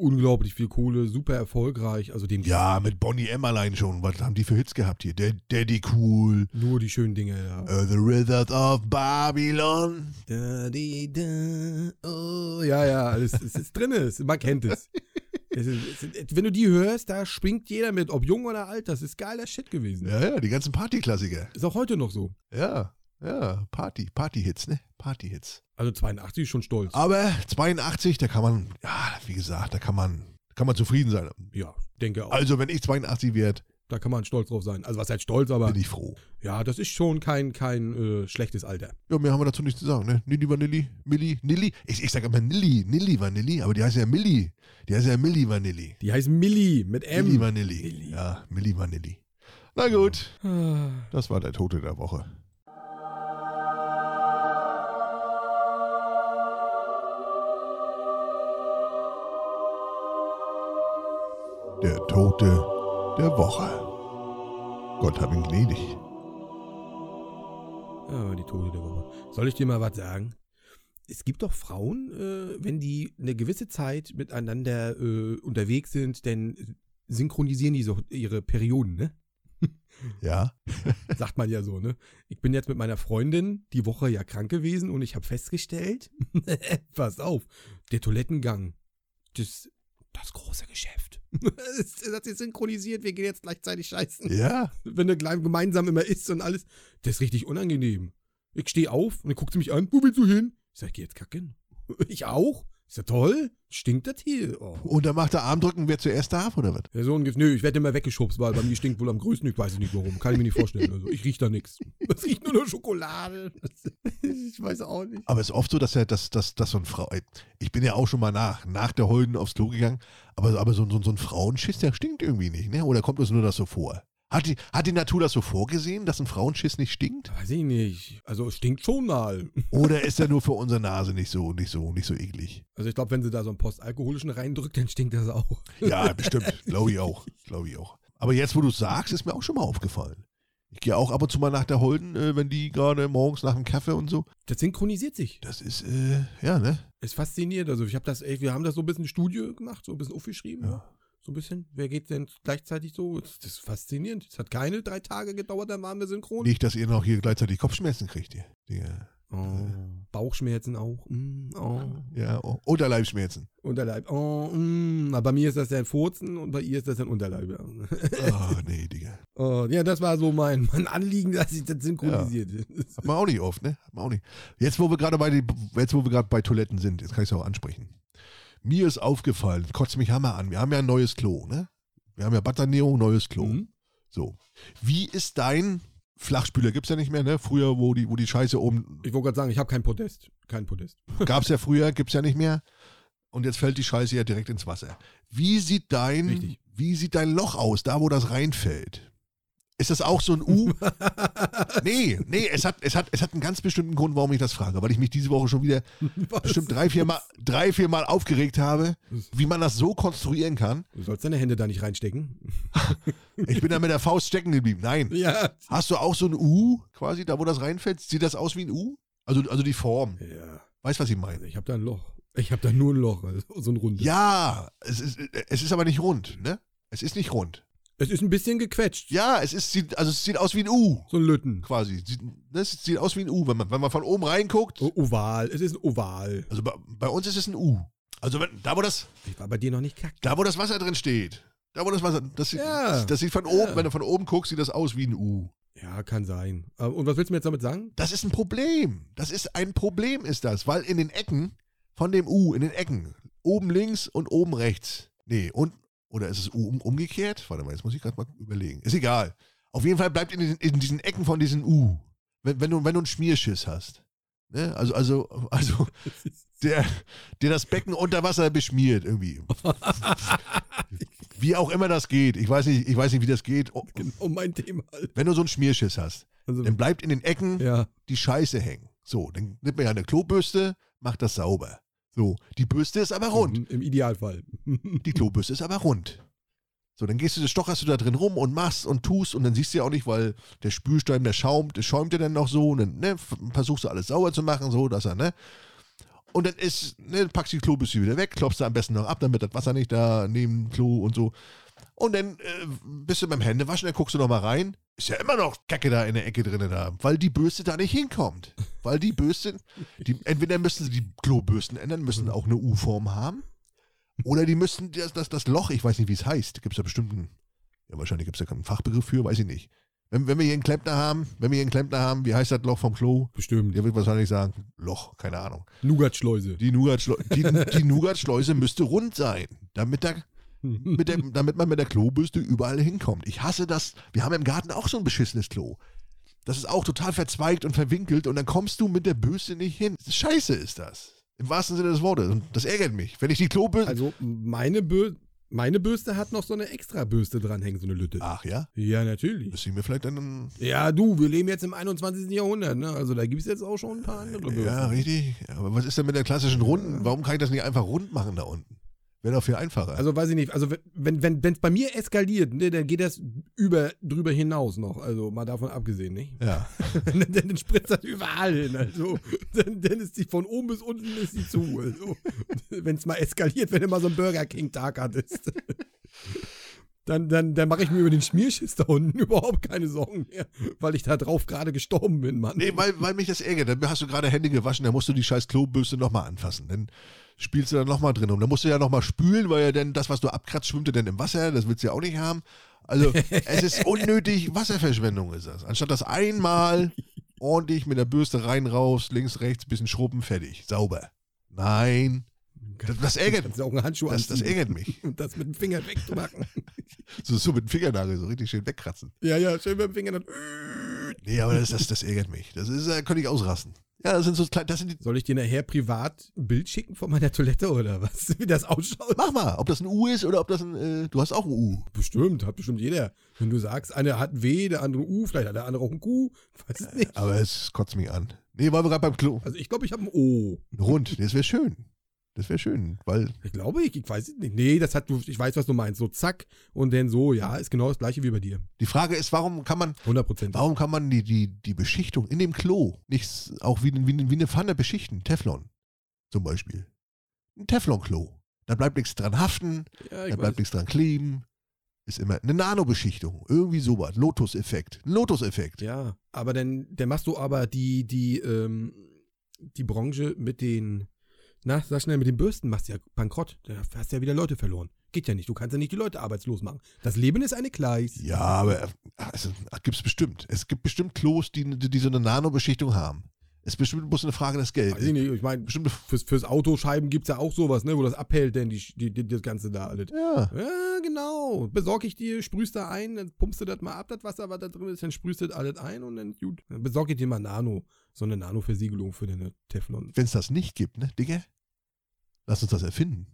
unglaublich viel Kohle, super erfolgreich. Also dem
Ja, mit Bonnie M allein schon. Was haben die für Hits gehabt hier? Der Daddy Cool,
nur die schönen Dinge. Ja.
äh, The Wizards of Babylon.
Da, di, da, oh, ja, ja, es, es ist drin, es, man kennt es. es, ist, es ist, wenn du die hörst, da springt jeder mit, ob jung oder alt, das ist geiler Shit gewesen.
Ja, ja, die ganzen Partyklassiker.
Ist auch heute noch so.
Ja, ja, Party, Partyhits, ne? Partyhits.
Also 82 ist schon stolz.
Aber 82, da kann man, ja, wie gesagt, da kann man, kann man zufrieden sein.
Ja, denke auch.
Also, wenn ich 82 werde,
Da kann man stolz drauf sein. Also was heißt stolz, aber
bin ich froh.
Ja, das ist schon kein, kein äh, schlechtes Alter.
Ja, mehr haben wir dazu nicht zu sagen, ne? Nilli Vanilli, Milli, Nilli. Ich, ich sag immer Nilli, Nilli Vanilli, aber die heißt ja Milli. Die heißt ja Milli Vanilli.
Die heißt Milli mit
Milli
M.
Vanilli.
Milli.
Ja, Milli Vanilli. Na gut,
Ah,
das war der Tote der Woche. Der Tote der Woche. Gott hab ihn gnädig.
Ah, die Tode der Woche. Soll ich dir mal was sagen? Es gibt doch Frauen, äh, wenn die eine gewisse Zeit miteinander äh, unterwegs sind, dann synchronisieren die so ihre Perioden, ne?
Ja.
Sagt man ja so, ne? Ich bin jetzt mit meiner Freundin die Woche ja krank gewesen und ich habe festgestellt, <laughs> pass auf, der Toilettengang, das, das große Geschäft. <laughs> das hat sich synchronisiert, wir gehen jetzt gleichzeitig scheißen.
Ja.
Wenn er gleich gemeinsam immer isst und alles, das ist richtig unangenehm. Ich stehe auf und dann guckt sie mich an, wo willst du hin? Ich sag, geh jetzt kacken. <laughs> Ich auch? Ist ja toll, stinkt das hier. Oh.
Und dann macht der Armdrücken, wer zuerst darf, oder was?
Der Sohn gibt, nö, ich werde immer weggeschubst, weil bei mir stinkt wohl am größten, ich weiß nicht warum, kann ich mir nicht vorstellen. Also, ich rieche da <laughs> nichts. Es riecht nur nach Schokolade. <laughs> Ich weiß auch nicht.
Aber es ist oft so, dass er, dass, dass, dass so ein Frau. ey, Ich bin ja auch schon mal nach, nach der Holden aufs Klo gegangen, aber, aber so, so, so ein Frauenschiss, der stinkt irgendwie nicht, ne? Oder kommt uns nur das so vor? Hat die, hat die Natur das so vorgesehen, dass ein Frauenschiss nicht stinkt?
Weiß ich nicht. Also es stinkt schon mal.
Oder ist er nur für unsere Nase nicht so, nicht so, nicht so eklig?
Also ich glaube, wenn sie da so einen postalkoholischen reindrückt, dann stinkt das auch.
Ja, bestimmt. Glaube ich auch. Glaube ich auch. Aber jetzt, wo du sagst, ist mir auch schon mal aufgefallen. Ich gehe auch ab und zu mal nach der Holden, äh, wenn die gerade morgens nach dem Kaffee und so.
Das synchronisiert sich.
Das ist, äh, ja, ne?
Ist faszinierend. Also ich habe das, ey, wir haben das so ein bisschen Studie gemacht, so ein bisschen aufgeschrieben.
Ja.
So ein bisschen. Wer geht denn gleichzeitig so? Das ist faszinierend. Es hat keine drei Tage gedauert, dann waren wir synchron.
Nicht, dass ihr noch hier gleichzeitig Kopfschmerzen kriegt, ihr. ne? Digga.
Oh, Bauchschmerzen auch. Mm, oh.
Ja, oh, Unterleibschmerzen.
Unterleib. Oh, mm. Na, bei mir ist das dann Furzen und bei ihr ist das dann Unterleib. ja. <laughs>
Oh, nee, Digga.
Oh, ja, das war so mein, mein Anliegen, <laughs> dass ich das synchronisiert.
Hat man auch nicht oft, ne? Hat man auch nicht. Jetzt, wo wir gerade bei, die- jetzt, wo wir gerade bei Toiletten sind, jetzt kann ich es auch ansprechen. Mir ist aufgefallen, kotzt mich Hammer an. Wir haben ja ein neues Klo, ne? Wir haben ja Badernährung, neues Klo.
<laughs> Mhm.
So. Wie ist dein Flachspüler? Gibt's ja nicht mehr, ne? Früher, wo die, wo die Scheiße oben,
Ich wollte gerade sagen, ich habe kein Podest. Kein Podest. <laughs>
gab's ja früher, gibt's ja nicht mehr. Und jetzt fällt die Scheiße ja direkt ins Wasser. Wie sieht dein,
Richtig.
wie sieht dein Loch aus, da wo das reinfällt? Ist das auch so ein U? nee, nee, es hat, es hat, es hat einen ganz bestimmten Grund, warum ich das frage, weil ich mich diese Woche schon wieder
Was?
bestimmt drei, vier Mal, drei, vier Mal aufgeregt habe, wie man das so konstruieren kann.
Du sollst deine Hände da nicht reinstecken.
Ich bin da mit der Faust stecken geblieben. Nein.
Ja.
Hast du auch so ein U quasi, da wo das reinfällt? Sieht das aus wie ein U? Also, also die Form.
<laughs> Ja.
Weißt, was ich
Also
meine?
ich habe da ein Loch. Ich habe da nur ein Loch, also so ein rundes.
Ja, es ist, es ist aber nicht rund, ne? Es ist nicht rund.
Es ist ein bisschen gequetscht.
Ja, es ist, sieht, also es sieht aus wie ein U
So ein Lütten.
quasi. Sieht, das sieht aus wie ein U, wenn man, wenn man von oben reinguckt.
O- Oval. Es ist ein Oval.
Also bei, bei uns ist es ein U. Also wenn, da, wo das,
Ich war bei dir noch nicht kackt.
Da, wo das Wasser drin steht. Da, wo das Wasser. Das sieht,
Ja.
das, das sieht von oben,
Ja.
wenn du von oben guckst, sieht das aus wie ein U.
Ja, kann sein. Aber- Äh, Und was willst du mir jetzt damit sagen?
Das ist ein Problem. Das ist ein Problem, ist das. Weil in den Ecken von dem U, in den Ecken, oben links und oben rechts. Nee, und. Oder ist es U um, umgekehrt? Warte mal, jetzt muss ich gerade mal überlegen. Ist egal. Auf jeden Fall bleibt in, diesen- in diesen Ecken von diesem U. Wenn, wenn, du, wenn du einen Schmierschiss hast. Ne? Also, also, also, der, der das Becken unter Wasser beschmiert irgendwie. Wie auch immer das geht. Ich weiß nicht, ich weiß nicht wie das geht. Oh,
Genau mein Thema.
Wenn du so einen Schmierschiss hast,
Also,
dann bleibt in den Ecken
ja.
die Scheiße hängen. So, dann nimmt man ja eine Klobürste, macht das sauber. So, die Bürste ist aber rund.
Im, im Idealfall. <laughs>
Die Klobürste ist aber rund. So, dann gehst du, stocherst du da drin rum und machst und tust und dann siehst du ja auch nicht, weil der Spülstein, der schaumt, der schäumt ja dann noch so und dann ne, f- versuchst du alles sauber zu machen, so, dass er, ne? Und dann ist, ne, packst die Klobürste wieder weg, klopfst du am besten noch ab, damit das Wasser nicht da neben dem Klo und so. Und dann äh, bist du beim Händewaschen, dann guckst du noch mal rein. Ist ja immer noch Kacke da in der Ecke drin da, weil die Bürste da nicht hinkommt. Weil die Bürste, die, entweder müssen sie die Klobürsten ändern, müssen auch eine U-Form haben. Oder die müssen das, das, das Loch, ich weiß nicht, wie es heißt, gibt es da bestimmt einen, ja wahrscheinlich gibt es da keinen Fachbegriff für, weiß ich nicht. Wenn, wenn wir hier einen Klempner haben, wenn wir hier einen Klempner haben, wie heißt das Loch vom Klo?
Bestimmt.
Der wird wahrscheinlich sagen, Loch, keine Ahnung.
<laughs> Nougatschleuse.
Die Nougatschleu- die, die Nougatschleuse müsste rund sein, damit, da, mit der, damit man mit der Klobürste überall hinkommt. Ich hasse das. Wir haben im Garten auch so ein beschissenes Klo. Das ist auch total verzweigt und verwinkelt und dann kommst du mit der Bürste nicht hin. Scheiße ist das. Im wahrsten Sinne des Wortes. Und das ärgert mich. Wenn ich die Klobürste.
Also meine, Bür meine Bürste hat noch so eine extra Bürste dranhängen, so eine Lütte.
Ach ja?
Ja, natürlich.
Müsste ich mir vielleicht dann.
Ja, du, wir leben jetzt im 21. Jahrhundert, ne? Also da gibt es jetzt auch schon ein paar andere Bürsten.
Ja, richtig. Aber was ist denn mit der klassischen Runden? Warum kann ich das nicht einfach rund machen da unten? Wäre doch viel einfacher.
Also weiß ich nicht, also wenn wenn wenn es bei mir eskaliert, ne, dann geht das über drüber hinaus noch, also mal davon abgesehen, nicht? <laughs>
ja.
dann, dann spritzt das überall hin, also dann, dann ist die von oben bis unten ist sie zu, also wenn es mal eskaliert, wenn du mal so einen Burger King Tag hattest. <laughs> Dann, dann, dann mache ich mir über den Schmierschiss da unten überhaupt keine Sorgen mehr, weil ich da drauf gerade gestorben bin, Mann.
Nee, weil, weil mich das ärgert. Dann hast du gerade Hände gewaschen, dann musst du die scheiß Klobürste nochmal anfassen. Dann spielst du da nochmal drin rum. Dann musst du ja nochmal spülen, weil ja dann das, was du abkratzt, schwimmt ja dann im Wasser. Das willst du ja auch nicht haben. Also, es ist unnötig. Wasserverschwendung ist das. Anstatt das einmal ordentlich mit der Bürste rein, raus, links, rechts, bisschen schrubben, fertig. Sauber. Nein. Das, das ärgert
Kannst du auch einen Handschuh
das, das
anziehen
ärgert mich.
und das mit dem Finger wegzumachen.
So, so mit dem Fingernagel, so richtig schön wegkratzen.
ja, ja, schön mit dem Finger. Dann,
Nee, aber das, das, das ärgert mich. Das ist, da könnte ich ausrasten. Ja, das sind so kleine, das sind die
Soll ich dir nachher privat ein Bild schicken von meiner Toilette oder was? <laughs> Wie das ausschaut?
Mach mal, ob das ein U ist oder ob das ein. Äh, du hast auch ein U.
Bestimmt, hat bestimmt jeder. Wenn du sagst, einer hat ein W, der andere ein U, vielleicht hat der andere auch ein Q, weiß nicht.
Aber es kotzt mich an. Nee, waren wir gerade beim Klo.
Also ich glaube, ich habe ein O.
Rund, das wäre schön. Das wäre schön, weil.
Ich glaube, ich, ich weiß es nicht. Nee, das hat du, ich weiß, was du meinst. So zack und dann so, ja, ist genau das gleiche wie bei dir.
Die Frage ist, warum kann man,
100 Prozent.
warum kann man die, die, die Beschichtung in dem Klo nicht s- auch wie, wie, wie eine Pfanne beschichten? Teflon zum Beispiel. Ein Teflon-Klo. Da bleibt nichts dran haften,
Ja,
da bleibt nichts dran kleben. Ist immer eine Nanobeschichtung. Irgendwie sowas. Lotus-Effekt. Ein Lotus-Effekt.
Ja, aber dann, dann machst du aber die, die, ähm, die Branche mit den, na, sag schnell, mit den Bürsten machst du ja bankrott. Da hast du ja wieder Leute verloren. Geht ja nicht. Du kannst ja nicht die Leute arbeitslos machen. Das Leben ist eine Gleis.
Ja, aber also, gibt es bestimmt. Es gibt bestimmt Klos, die, die, die so eine Nanobeschichtung haben. Es ist bestimmt bloß eine Frage des Geldes.
Weiß ich nicht, ich meine,
Bestimmt,
fürs, fürs Autoscheiben gibt's ja auch sowas, ne, wo das abhält, denn die, die, die, das Ganze da alles.
ja.
Ja, genau. Besorg ich dir, sprühst da ein, dann pumpst du das mal ab, das Wasser, was da drin ist, dann sprühst du das alles ein und dann gut. Dann besorg ich dir mal Nano, so eine Nano-Versiegelung für deine Teflon.
Wenn es das nicht gibt, ne, Digga? Lass uns das erfinden.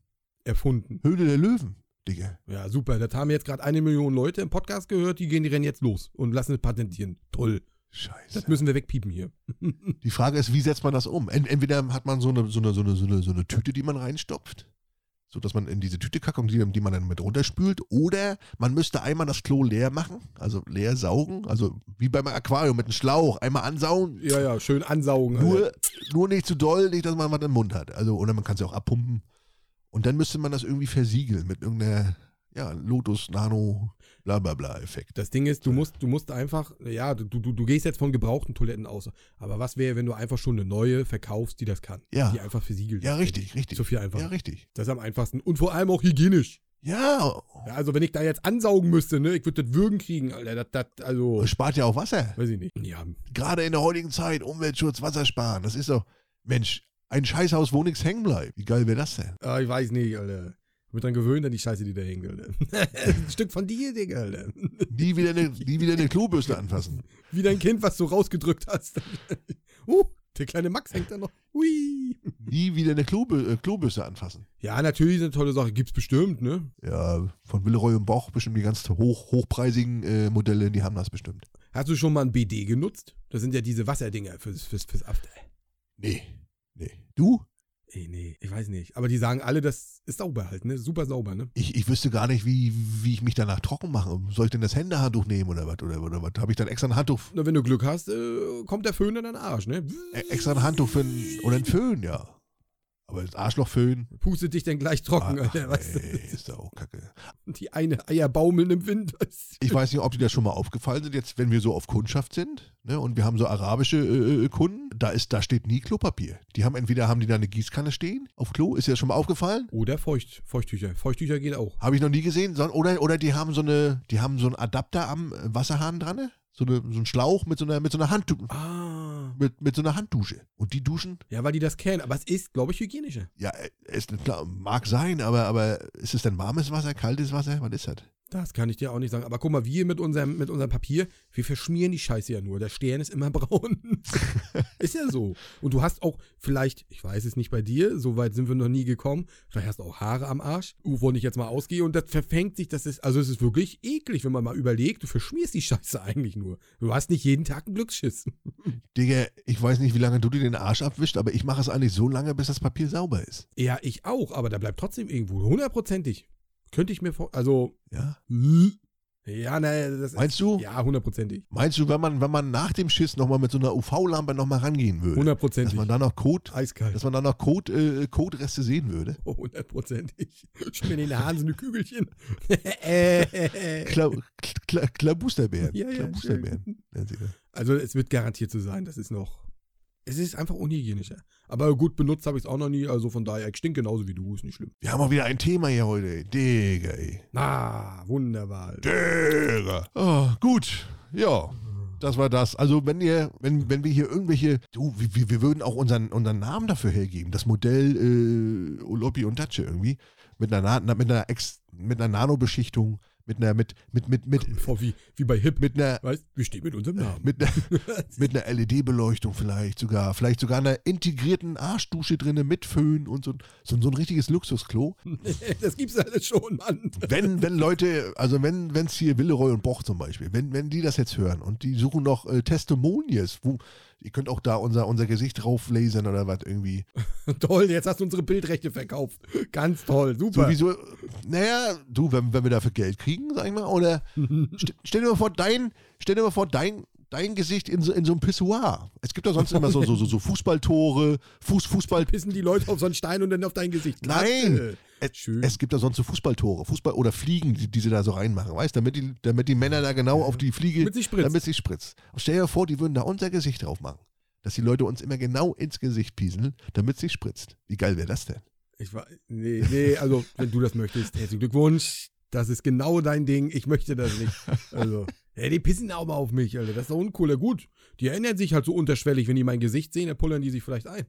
Erfunden.
Höhle der Löwen, Digga.
Ja, super. Das haben jetzt gerade eine Million Leute im Podcast gehört, die gehen, die rennen jetzt los und lassen es patentieren. Toll. Das
Scheiße.
müssen wir wegpiepen hier. <laughs>
Die Frage ist, wie setzt man das um? Ent entweder hat man so eine, so, eine, so, eine, so, eine, so eine Tüte, die man reinstopft, so dass man in diese Tüte kackt und die, die man dann mit runterspült, oder man müsste einmal das Klo leer machen, also leer saugen, also wie beim Aquarium mit einem Schlauch, einmal ansaugen,
Ja, ja, schön ansaugen. halt. Alter.
Nur, nur nicht zu doll, nicht, dass man was im Mund hat. Also, oder man kann es ja auch abpumpen. Und dann müsste man das irgendwie versiegeln mit irgendeiner, ja, Lotus, Nano, bla bla bla Effekt.
Das Ding ist, du musst, du musst einfach, ja, du, du, du gehst jetzt von gebrauchten Toiletten aus. Aber was wäre, wenn du einfach schon eine neue verkaufst, die das kann?
Ja.
Die einfach versiegelt
Ja,
ist.
richtig, richtig.
So viel einfach.
Ja, richtig.
Das ist am einfachsten und vor allem auch hygienisch.
Ja,
Ja, also wenn ich da jetzt ansaugen müsste, ne, ich würde das Würgen kriegen, Alter. Das, das, also,
das spart ja auch Wasser.
weiß ich nicht. Ja,
Gerade in der heutigen Zeit, Umweltschutz, Wasser sparen. Das ist doch, Mensch, ein Scheißhaus, wo nichts hängen bleibt. Wie geil wäre das denn?
ah, ich weiß nicht, Alter. Ich bin dran gewöhnt an die Scheiße, die da hängt, Alter. <laughs> Ein Stück von dir, Digga, Alter.
Nie wieder eine, nie wieder eine Klobürste anfassen.
Wie dein Kind, was du rausgedrückt hast. <laughs> uh, der kleine Max hängt da noch. Ui.
Nie wieder eine Klobü äh, Klobürste anfassen.
Ja, natürlich ist eine tolle Sache. Gibt's bestimmt, ne?
Ja, von Willeroy und Boch bestimmt die ganz hoch, hochpreisigen äh, Modelle, die haben das bestimmt.
Hast du schon mal ein BD genutzt? Das sind ja diese Wasserdinger fürs, fürs, fürs After.
Nee. Nee. Du?
Ey, nee, ich weiß nicht. Aber die sagen alle, das ist sauber halt, ne? Super sauber, ne?
Ich, ich wüsste gar nicht, wie, wie ich mich danach trocken mache. Soll ich denn das Händehandtuch nehmen oder was? Oder, oder was? Habe ich dann extra ein Handtuch,
Na, wenn du Glück hast, äh, kommt der Föhn in deinen Arsch, ne?
äh, extra ein Handtuch für ein, oder ein Föhn, ja. Aber das Arschlochföhn,
Pustet dich dann gleich trocken,
ach,
Alter. Weißt
ey, ist da auch kacke.
du? Die eine Eier baumeln im Wind. <laughs> weißt
Ich weiß nicht, ob dir das schon mal aufgefallen sind, jetzt, wenn wir so auf Kundschaft sind, ne, und wir haben so arabische äh, äh, Kunden, da ist, da steht nie Klopapier. Die haben entweder haben die da eine Gießkanne stehen auf Klo, ist dir das schon mal aufgefallen?
du? Oder Feucht, Feuchttücher. Feuchttücher geht auch.
Habe ich noch nie gesehen. Son- Oder, oder die haben so eine, die haben so einen Adapter am äh, Wasserhahn dran, so, eine, so einen Schlauch mit so einer, mit so einer Handdu
Ah.
mit, mit so einer Handdusche. Und die duschen,
Ja, weil die das kennen. Aber es ist, glaube ich, hygienischer.
ja, äh, ist klar, mag sein, aber, aber ist es denn warmes Wasser, kaltes Wasser? Was ist das?
Das kann ich dir auch nicht sagen. Aber guck mal, wir mit unserem, mit unserem Papier, wir verschmieren die Scheiße ja nur. Der Stern ist immer <laughs> braun. ist ja so. Und du hast auch vielleicht, ich weiß es nicht bei dir, so weit sind wir noch nie gekommen, vielleicht hast du auch Haare am Arsch, wovon ich jetzt mal ausgehe. Und das verfängt sich, das ist, also es ist wirklich eklig, wenn man mal überlegt, du verschmierst die Scheiße <laughs> eigentlich nur. Du hast nicht jeden Tag einen Glücksschiss.
Digga, ich weiß nicht, wie lange du dir den Arsch abwischt, aber ich mache es eigentlich so lange, bis das Papier sauber ist.
Ja, ich auch, aber da bleibt trotzdem irgendwo hundertprozentig. Könnte ich mir vor, also,
Ja?
ja, naja, das ist,
Meinst du?
ja, hundertprozentig.
Meinst du, wenn man, wenn man nach dem Schiss nochmal mit so einer UV-Lampe nochmal rangehen würde, dass
Hundertprozentig.
man da noch Kot,
Eiskalt.
dass man da noch Kot, äh, Kotreste sehen würde?
Oh, <laughs> hundertprozentig. Schmier den Haaren so
<laughs>
eine Kügelchen. Äh.
Kla Kla Kla Klabusterbären.
Ja, ja,
Klabusterbären. nennt sie das.
also es wird garantiert so sein, das ist noch. Es ist einfach unhygienischer. Aber gut, benutzt habe ich es auch noch nie, also von daher, ich stink genauso wie du, ist nicht schlimm.
Wir haben auch wieder ein Thema hier heute. ey. Digga, ey.
Ah, wunderbar.
Digga. Ah, gut. Ja. Das war das. Also wenn ihr, wenn, wenn wir hier irgendwelche, du, wir- wir, wir würden auch unseren, unseren Namen dafür hergeben. Das Modell äh, Olopi und Datsche irgendwie. Mit einer, Na, mit einer, Ex, mit einer Nanobeschichtung, mit einer, mit, mit, mit, mit,
Vor wie, wie bei Hip.
mit einer,
Weißt wir stehen mit unserem Namen.
mit einer, mit einer LED-Beleuchtung vielleicht sogar, vielleicht sogar einer integrierten Arschdusche drinne mit Föhn und so, so, so ein richtiges Luxusklo.
<laughs> das gibt's alles schon, Mann. <laughs>
Wenn, wenn Leute, also wenn es hier Willeroy und Boch zum Beispiel, wenn, wenn die das jetzt hören und die suchen noch äh, Testimonies, wo, ihr könnt auch da unser, unser Gesicht drauflasern oder was irgendwie.
Toll, jetzt hast du unsere Bildrechte verkauft. Ganz toll, super.
Sowieso, äh, naja, du, wenn, wenn wir dafür Geld kriegen, sag ich mal, oder st stell dir mal vor, dein, stell dir mal vor, dein, dein Gesicht in so, in so einem Pissoir. Es gibt doch sonst immer so, so, so, so Fußballtore, Fuß, Fußball,
Pissen die Leute auf so einen Stein und dann auf dein Gesicht.
Nein!
Äh,
Es,
Schön.
es gibt da sonst so Fußballtore, Fußball oder Fliegen, die, die sie da so reinmachen, weißt du, damit die, damit die Männer da genau auf die Fliege,
Damit sie spritzt.
damit sie spritzt. Und stell dir vor, die würden da unser Gesicht drauf machen, dass die Leute uns immer genau ins Gesicht pieseln, damit sie spritzt. Wie geil wäre das denn?
Ich war, nee, nee, also wenn du das möchtest, herzlichen Glückwunsch. Das ist genau dein Ding. Ich möchte das nicht.
<laughs>
Also, ja, die pissen auch mal auf mich, Alter. Das ist doch uncool. Ja, gut. Die erinnern sich halt so unterschwellig, wenn die mein Gesicht sehen, dann pullern die sich vielleicht ein.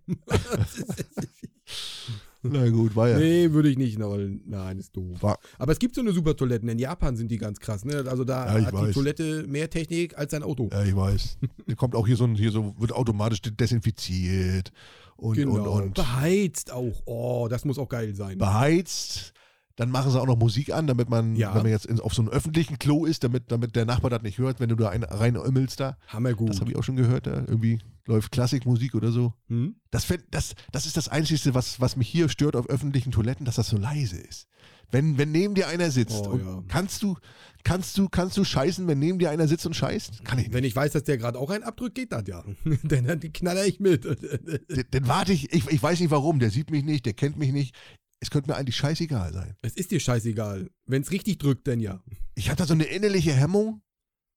Na gut, war ja.
Hm. nee, würde ich nicht wollen. Nein, ist doof.
War-
Aber es gibt so eine super Toiletten. In Japan sind die ganz krass, ne? Also da
Ja, ich
hat die
weiß.
Toilette mehr Technik als ein Auto.
Ja, ich
<laughs>
weiß. Da kommt auch hier so ein, hier so, wird automatisch desinfiziert und,
Genau.
und, und
Beheizt auch. Oh, das muss auch geil sein.
beheizt. Dann machen sie auch noch Musik an, damit man,
Ja.
wenn man jetzt in, auf so einem öffentlichen Klo ist, damit, damit der Nachbar das nicht hört, wenn du da einen reinömmelst da.
Hammergut.
Das habe ich auch schon gehört, da irgendwie läuft Klassikmusik oder so.
Hm?
Das, fänd- das, das ist das Einzige, was, was mich hier stört auf öffentlichen Toiletten, dass das so leise ist. Wenn, wenn neben dir einer sitzt
Oh,
und
ja.
kannst du, kannst du, kannst du scheißen, wenn neben dir einer sitzt und scheißt? Kann ich nicht.
Wenn ich weiß, dass der gerade auch einen abdrückt, geht das ja. <laughs> Denn dann knaller ich mit. <laughs>
Dann, dann warte ich, ich, ich weiß nicht warum, der sieht mich nicht, der kennt mich nicht. Es könnte mir eigentlich scheißegal sein.
Es ist dir scheißegal. Wenn's richtig drückt, dann ja.
Ich habe da so eine innerliche Hemmung,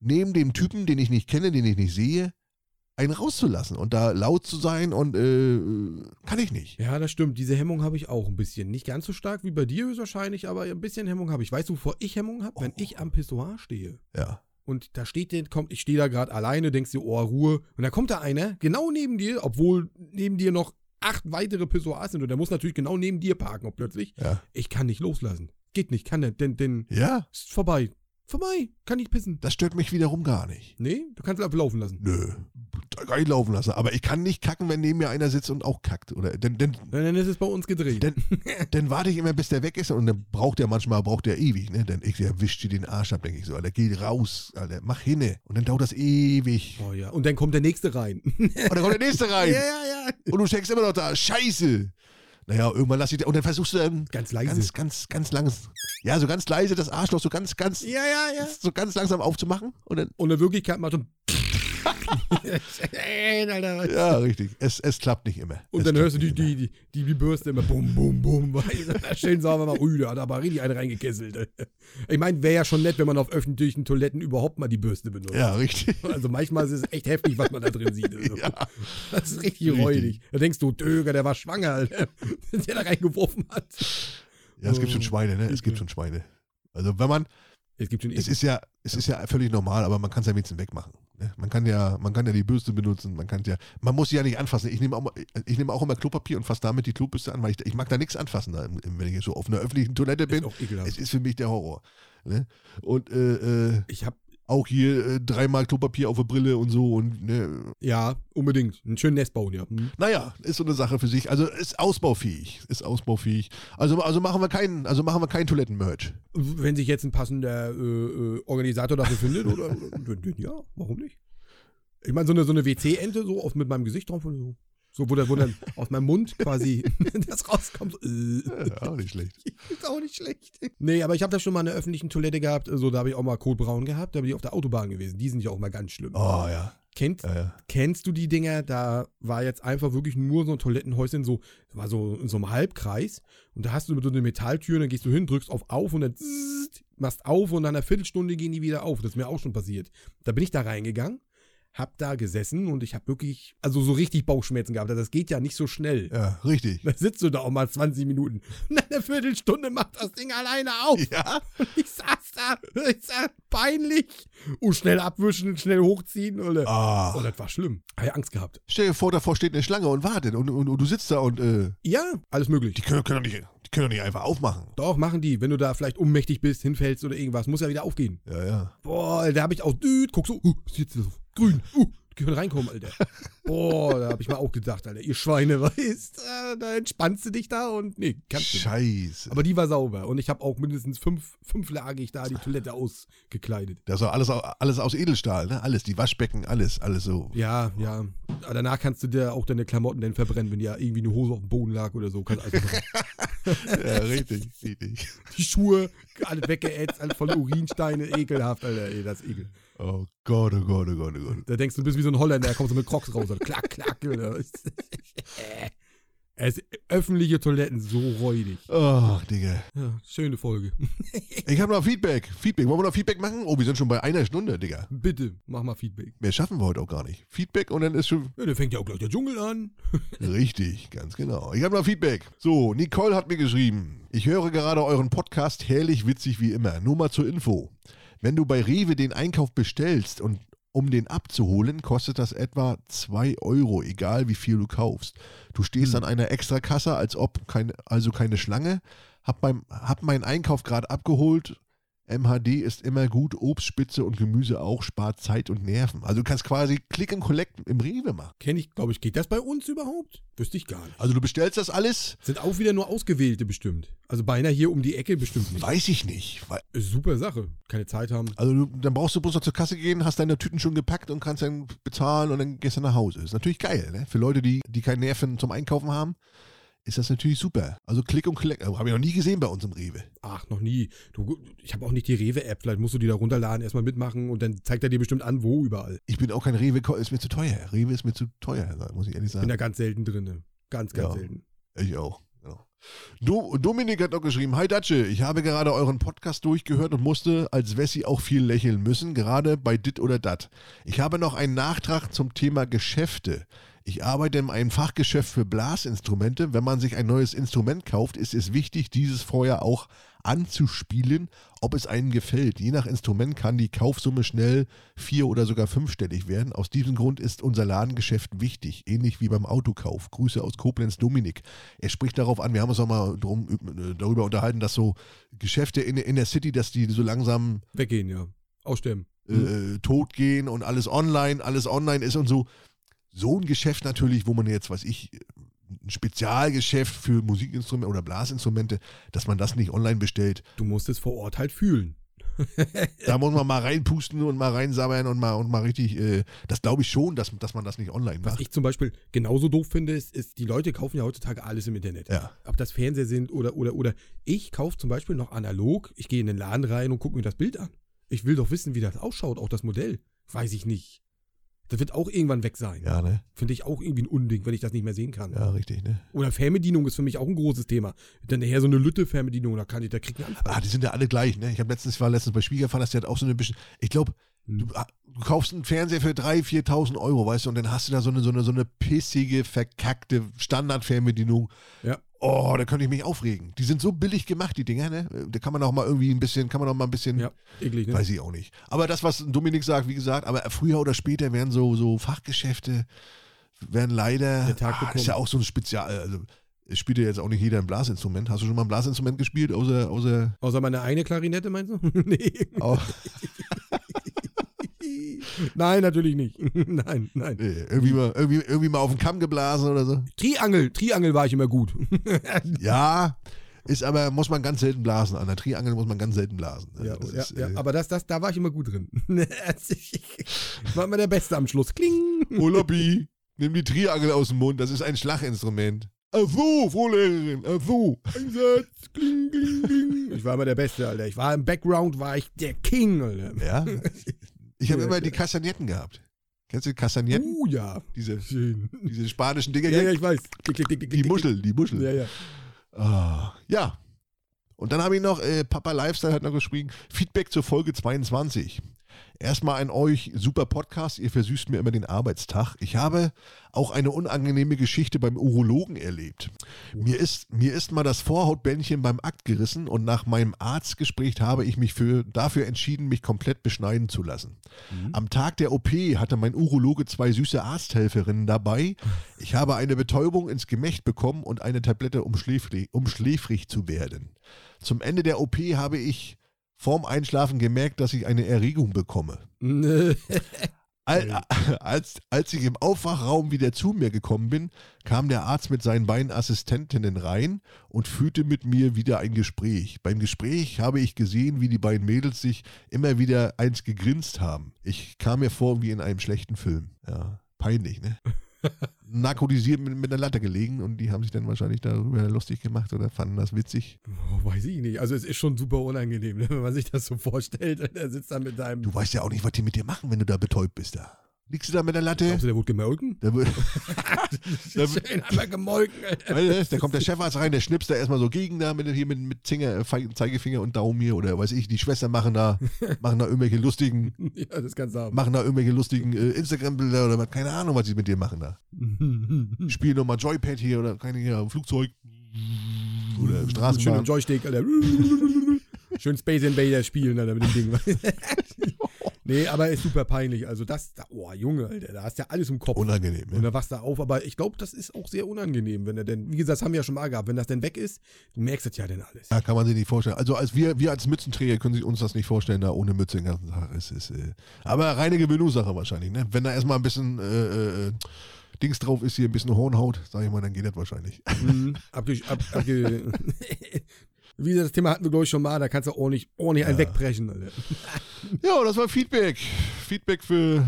neben dem Typen, den ich nicht kenne, den ich nicht sehe, einen rauszulassen und da laut zu sein und äh, kann ich nicht.
Ja, das stimmt. Diese Hemmung habe ich auch ein bisschen. Nicht ganz so stark wie bei dir höchstwahrscheinlich, aber ein bisschen Hemmung habe ich. Weißt du, wovor ich Hemmung habe? Wenn
Oh.
ich am Pissoir stehe.
Ja.
Und da steht der, kommt, ich stehe da gerade alleine, denkst dir, oh, Ruhe. Und da kommt da einer, genau neben dir, obwohl neben dir noch acht weitere Pissoirs sind. Und der muss natürlich genau neben dir parken, ob plötzlich.
Ja.
Ich kann nicht loslassen. Geht nicht, kann nicht, denn, denn,
Ja.
ist vorbei. Vorbei, kann nicht pissen.
Das stört mich wiederum gar nicht.
Nee, du kannst es einfach laufen lassen.
Nö, da kann ich laufen lassen. Aber ich kann nicht kacken, wenn neben mir einer sitzt und auch kackt. Oder denn, denn,
Dann, dann ist es bei uns gedreht.
denn, dann warte ich immer, bis der weg ist und dann braucht der manchmal, braucht der ewig, ne? Dann ich erwischt dir den Arsch ab, denke ich so, Alter, geh raus, Alter, mach hinne. Und dann dauert das ewig.
Oh ja, und dann kommt der nächste rein. <laughs>
Und dann kommt der nächste
ja,
rein.
ja, ja.
Und du steckst immer noch da. Scheiße! Naja, irgendwann lass ich Und dann versuchst du dann
Ganz leise.
ganz, ganz, ganz langes. Ja, so ganz leise das Arschloch, so ganz, ganz,
ja, ja, ja.
so ganz langsam aufzumachen. Und dann.
Und in Wirklichkeit macht er. <laughs> Nein, Alter.
Ja, richtig. Es, es klappt nicht immer.
Und
es
dann
klappt
hörst du die,
nicht immer.
die, die, die, die Bürste immer bum, bum, bum. <laughs> weißt du, Schön sauber mal, ui, da hat aber richtig einen reingekesselt. Ich meine, wäre ja schon nett, wenn man auf öffentlichen Toiletten überhaupt mal die Bürste benutzt.
Ja, richtig.
Also manchmal ist es echt heftig, was man da drin sieht. Also.
Ja.
Das ist richtig
Richtig.
räudig. Da denkst du, Döger, der war schwanger, Alter, <laughs> der da reingeworfen hat.
Ja, es gibt
Ähm,
schon Schweine, ne? Es
Ekel.
gibt schon Schweine. Also wenn man,
Es gibt schon
es ist ja, es ist ja völlig normal, aber man kann es ja wenigstens wegmachen. Ne? Man kann ja, man kann ja die Bürste benutzen, man kann ja, man muss sie ja nicht anfassen. Ich nehme auch, mal- ich nehme auch immer Klopapier und fasse damit die ne? Klobürste an, weil ich, ich mag da nichts anfassen, da, im- im- wenn ich so auf einer öffentlichen Toilette bin.
auch ekelhaft.
Es ist für mich der Horror. Ne? Und äh, äh,
Ich habe
auch hier äh, dreimal Klopapier auf der Brille und so. Und ne?
ja unbedingt einen schönen Nest bauen, ja. Hm.
naja, ist so eine Sache für sich. Also ist ausbaufähig. Ist ausbaufähig. Also, also machen wir keinen, also machen wir keinen Toilettenmerch.
Wenn sich jetzt ein passender äh, äh, Organisator dafür findet, oder, oder dann- dann ja, warum nicht? Ich meine, so eine, so eine WC-Ente, so auf, mit meinem Gesicht drauf und so. So, wo, dann- wo dann aus meinem Mund quasi <laughs> das rauskommt. so, Äh,
Ja, auch nicht schlecht.
ist auch nicht schlecht. Nee, aber ich habe da schon mal eine öffentliche Toilette gehabt. So, da habe ich auch mal Kotbraun gehabt. Da bin ich auf der Autobahn gewesen. Die sind ja auch mal ganz schlimm.
Oh ja.
Kennt,
ja, ja.
Kennst du die Dinger? Da war jetzt einfach wirklich nur so ein Toilettenhäuschen, so, war so in so einem Halbkreis. Und da hast du so eine Metalltür, dann gehst du hin, drückst auf auf und dann zzzzt, machst auf und nach einer Viertelstunde gehen die wieder auf. Das ist mir auch schon passiert. Da bin ich da reingegangen, hab da gesessen und ich hab wirklich, also so richtig Bauchschmerzen gehabt. Also Das geht ja nicht so schnell. <laughs>
Ja, <laughs> richtig.
Da sitzt du da auch mal 20 Minuten. <laughs> Nach einer Viertelstunde macht das Ding alleine
<laughs>
auf.
Ja,
Ich saß da, ich saß peinlich. Und schnell abwischen, schnell hochziehen. Oder? Oh,
ah.
das war schlimm. Hab ich Angst gehabt.
Stell dir vor, davor steht eine Schlange und wartet und, und, und du sitzt da und äh,
Ja, alles möglich.
die können, können, doch nicht, die können doch nicht einfach aufmachen.
<laughs> Doch, machen die. Wenn du da vielleicht ohnmächtig bist, hinfällst oder irgendwas, muss ja wieder aufgehen.
Ja, ja.
Boah, da hab ich auch, düd, guck so, uh, ist jetzt so grün, uh, die können reinkommen, <laughs> Alter. Boah, da hab ich mal auch gedacht, Alter, ihr Schweine, <laughs> weißt, äh, da entspannst du dich da und nee, kannst
genau.
du. nicht.
Scheiße.
Aber die war sauber und ich hab auch mindestens fünf, fünflagig da die Toilette ausgekleidet.
Das ist doch alles, au- alles aus Edelstahl, ne? Alles, die Waschbecken, alles, alles so.
Ja, ja. Aber danach kannst du dir auch deine Klamotten dann verbrennen, wenn ja irgendwie eine Hose auf dem Boden lag oder so. Kannst alles verbrennen.
Ja, <laughs> richtig, richtig.
die Schuhe, alles weggeätzt, alles voll Urinsteine, ekelhaft, Alter, ey, das ist ekel.
Oh Gott, oh Gott, oh Gott, oh Gott.
Da denkst du, du bist wie so ein Holländer, da kommst du mit Crocs raus und klack, klack. Alter. <laughs> Es, öffentliche Toiletten, so räudig.
Oh, Digga.
Ja, schöne Folge. <laughs>
Ich habe noch Feedback. Feedback. Wollen wir noch Feedback machen? Oh, wir sind schon bei einer Stunde, Digga.
Bitte, mach mal Feedback.
Mehr schaffen wir heute auch gar nicht. Feedback und dann ist schon.
Ja, da fängt ja auch gleich der Dschungel an.
Richtig, ganz genau. Ich habe noch Feedback. So, Nicole hat mir geschrieben. Ich höre gerade euren Podcast herrlich witzig wie immer. Nur mal zur Info. Wenn du bei Rewe den Einkauf bestellst und um den abzuholen, kostet das etwa 2 Euro, egal wie viel du kaufst. Du stehst an einer extra Kasse, als ob keine, also keine Schlange. Hab, beim, hab meinen Einkauf gerade abgeholt. MHD ist immer gut, Obst, Spitze und Gemüse auch, spart Zeit und Nerven. Also du kannst quasi Click and Collect im Rewe machen.
Kenn ich, glaube ich, geht das bei uns überhaupt? Wüsste ich gar nicht.
Also du bestellst das alles,
Sind auch wieder nur Ausgewählte bestimmt. Also beinahe hier um die Ecke bestimmt nicht.
Weiß ich nicht. Weil-
Ist Super Sache. Keine Zeit haben.
Also du, dann brauchst du bloß noch zur Kasse gehen, hast deine Tüten schon gepackt und kannst dann bezahlen und dann gehst du nach Hause. Ist natürlich geil, ne? Für Leute, die, die keinen Nerven zum Einkaufen haben, ist das natürlich super. Also Klick und Klick, habe ich noch nie gesehen bei uns im Rewe.
Ach, noch nie. Du, ich habe auch nicht die Rewe-App. Vielleicht musst du die da runterladen, erstmal mitmachen und dann zeigt er dir bestimmt an, wo überall.
Ich bin auch kein Rewe, ist mir zu teuer. Rewe ist mir zu teuer, muss ich ehrlich
Bin
sagen.
da ganz selten drinne. Ganz, ganz
Ja.
selten.
Ich auch. Ja. Do, Dominik hat noch geschrieben, Hi Datsche, ich habe gerade euren Podcast durchgehört und musste als Wessi auch viel lächeln müssen, gerade bei Dit oder Dat. Ich habe noch einen Nachtrag zum Thema Geschäfte. Ich arbeite in einem Fachgeschäft für Blasinstrumente. Wenn man sich ein neues Instrument kauft, ist es wichtig, dieses vorher auch anzuspielen, ob es einem gefällt. Je nach Instrument kann die Kaufsumme schnell vier- oder sogar fünfstellig werden. Aus diesem Grund ist unser Ladengeschäft wichtig, ähnlich wie beim Autokauf. Grüße aus Koblenz, Dominik. Er spricht darauf an, wir haben uns auch mal drum, äh, darüber unterhalten, dass so Geschäfte in, in der City, dass die so langsam
Weggehen, ja. Aussterben.
äh, tot gehen und alles online, alles online ist und so. So ein Geschäft natürlich, wo man jetzt, weiß ich, ein Spezialgeschäft für Musikinstrumente oder Blasinstrumente, dass man das nicht online bestellt.
Du musst es vor Ort halt fühlen.
Da muss man mal reinpusten und mal reinsabbern und mal und mal richtig, äh, das glaube ich schon, dass, dass man das nicht online
Was
macht.
ich zum Beispiel genauso doof finde, ist, ist, die Leute kaufen ja heutzutage alles im Internet.
Ja.
Ob das Fernseher sind oder, oder, oder. Ich kaufe zum Beispiel noch analog. Ich gehe in den Laden rein und gucke mir das Bild an. Ich will doch wissen, wie das ausschaut, auch das Modell. Weiß ich nicht. Das wird auch irgendwann weg sein.
Ja, ne?
Finde ich auch irgendwie ein Unding, wenn ich das nicht mehr sehen kann.
Ja, richtig, ne?
Oder Fernbedienung ist für mich auch ein großes Thema. Dann nachher so eine Lütte-Fernbedienung, da kann ich, da kriegt einen Anfall.
Ah, die sind ja alle gleich, ne? Ich habe letztens, war letztens bei Schwiegervater, der hat auch so eine bisschen, ich glaube, du, ah, du kaufst einen Fernseher für 3.000, 4.000 Euro, weißt du, und dann hast du da so eine, so eine, so eine pissige, verkackte Standardfernbedienung.
Ja.
Oh, da könnte ich mich aufregen. Die sind so billig gemacht, die Dinger, ne? Da kann man auch mal irgendwie ein bisschen, kann man auch mal ein bisschen,
Ja, eklig, ne?
Ah, weiß ich auch nicht. Aber das, was Dominik sagt, wie gesagt, aber früher oder später werden so, so Fachgeschäfte, werden leider,
Der Tag
ah, ist
gekommen.
ja auch so ein Spezial, also Es spielt ja jetzt auch nicht jeder ein Blasinstrument. Hast du schon mal ein Blasinstrument gespielt, außer, außer
Außer meine eine Klarinette, meinst du? <laughs> nee.
au-
<laughs> Nein, natürlich nicht. nein, nein.
nee, irgendwie, mal, irgendwie, irgendwie mal auf den Kamm geblasen oder
<laughs>
so?
Triangel, Triangel war ich immer gut.
Ja, ist aber, muss man ganz selten blasen. An der Triangel muss man ganz selten blasen.
<laughs> ja,
Das
ja,
ist,
ja,
äh,
aber das, das, da war ich immer gut drin. <laughs> Also ich war immer der Beste am Schluss. Kling.
Olabi, Oh, nimm die Triangel aus dem Mund, das ist ein Schlaginstrument. Äh, Ach so, Frohlehrerin, ach so.
Einsatz. Kling, kling, kling. Ich war immer der Beste, Alter. Ich war im Background, war ich der King, Alter.
<laughs> Ja, ich habe
Ja,
immer
ja.
die Kastagnetten gehabt. Kennst du die Kastagnetten?
Uh, ja.
Diese,
Schön.
diese spanischen Dinger
Ja,
hier?
ja, ich weiß. Klick, klick, klick, klick,
Die
klick,
Muschel, die
klick.
Muschel.
Ja, ja.
Ah, ja. Und dann habe ich noch, äh, Papa Lifestyle hat noch geschrieben, Feedback zur Folge 22. Erstmal an euch, super Podcast, ihr versüßt mir immer den Arbeitstag. Ich habe auch eine unangenehme Geschichte beim Urologen erlebt. Mir ist, mir ist mal das Vorhautbändchen beim Akt gerissen und nach meinem Arztgespräch habe ich mich für, dafür entschieden, mich komplett beschneiden zu lassen. Am Tag der OP hatte mein Urologe zwei süße Arzthelferinnen dabei. Ich habe eine Betäubung ins Gemächt bekommen und eine Tablette, um schläfrig, um schläfrig zu werden. Zum Ende der OP habe ich vorm Einschlafen gemerkt, dass ich eine Erregung bekomme.
Nö.
Al- <laughs> Als, als ich im Aufwachraum wieder zu mir gekommen bin, kam der Arzt mit seinen beiden Assistentinnen rein und führte mit mir wieder ein Gespräch. Beim Gespräch habe ich gesehen, wie die beiden Mädels sich immer wieder eins gegrinst haben. Ich kam mir vor wie in einem schlechten Film. Ja, peinlich, ne? Narkotisiert mit, mit einer Latte gelegen und die haben sich dann wahrscheinlich darüber lustig gemacht oder fanden das witzig.
<laughs> Oh, weiß ich nicht. Also es ist schon super unangenehm, ne, wenn man sich das so vorstellt. Er sitzt da mit deinem.
Du weißt ja auch nicht, was die mit dir machen, wenn du da betäubt bist da. Liegst du da mit der Latte?
Glaubst du, der wurde gemolken?
<laughs> Da, wird-
<laughs> Schön einmal gemolken, Alter.
Weil, äh, da kommt der Chefarzt rein, der schnipst da erstmal so gegen da mit, hier mit, mit Zinger, äh, Feig- Zeigefinger und Daumen hier oder weiß ich, die Schwestern machen da, machen da irgendwelche lustigen,
Ja, das kannst du haben.
machen da irgendwelche lustigen äh, Instagram-Bilder oder was, keine Ahnung, was sie mit dir machen da. Spielen nochmal Joypad hier oder keine hier, Flugzeug oder
Schön im
Straßenbahn.
Joystick, Alter. Schön Space Invader spielen, Alter, mit dem Ding. nee, aber ist super peinlich. Also das, da, oh Junge, Alter, da hast du ja alles im Kopf.
Unangenehm,
Und
ja.
da wachst du auf, aber ich glaube, das ist auch sehr unangenehm, wenn er denn, wie gesagt, das haben wir ja schon mal gehabt, wenn das denn weg ist, du merkst das ja dann alles.
Da kann man sich nicht vorstellen. Also als wir, wir als Mützenträger können sich uns das nicht vorstellen, da ohne Mütze den ganzen Tag ist. ist äh, aber reine Gewöhnungssache wahrscheinlich, ne? Wenn da erstmal ein bisschen äh, äh, Dings drauf ist, hier ein bisschen Hornhaut, sag ich mal, dann geht das wahrscheinlich.
Mhm. Abge, ab, abge, <laughs> wie gesagt, das Thema hatten wir, glaube ich, schon mal, da kannst du ordentlich, ordentlich einen wegbrechen, Alter.
Ja, das war Feedback. Feedback für,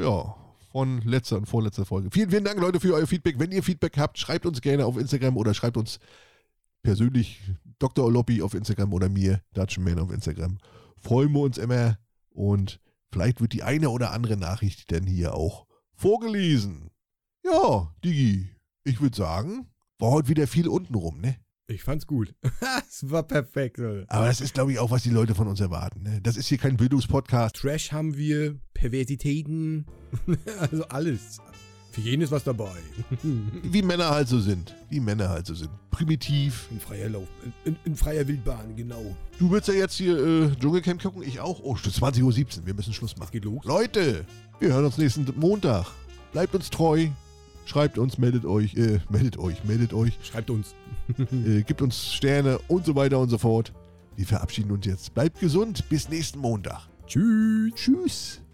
ja, von letzter und vorletzter Folge. Vielen, vielen Dank, Leute, für euer Feedback. Wenn ihr Feedback habt, schreibt uns gerne auf Instagram oder schreibt uns persönlich Dr. Oloppi auf Instagram oder mir, Dutchman auf Instagram. Freuen wir uns immer und vielleicht wird die eine oder andere Nachricht denn hier auch vorgelesen. Ja, Digi, ich würde sagen, war heute wieder viel untenrum, ne?
Ich fand's gut. <laughs> es war perfekt, Alter.
Aber das ist, glaube ich, auch, was die Leute von uns erwarten. Ne? Das ist hier kein Bildungspodcast.
Trash haben wir, Perversitäten, <laughs> also alles. Für jeden ist was dabei.
Wie Männer halt so sind. Wie Männer halt so sind. Primitiv.
In freier Lauf, in, in freier Wildbahn, genau.
Du willst ja jetzt hier äh, Dschungelcamp gucken? Ich auch. Oh, es ist 20.17 Uhr. Wir müssen Schluss
Es
machen.
geht los.
Leute, wir hören uns nächsten Montag. Bleibt uns treu. Schreibt uns, meldet euch, äh, meldet euch, meldet euch,
Schreibt uns.
äh, gibt uns Sterne und so weiter und so fort. Wir verabschieden uns jetzt. Bleibt gesund. Bis nächsten Montag.
Tschüss.
Tschüss.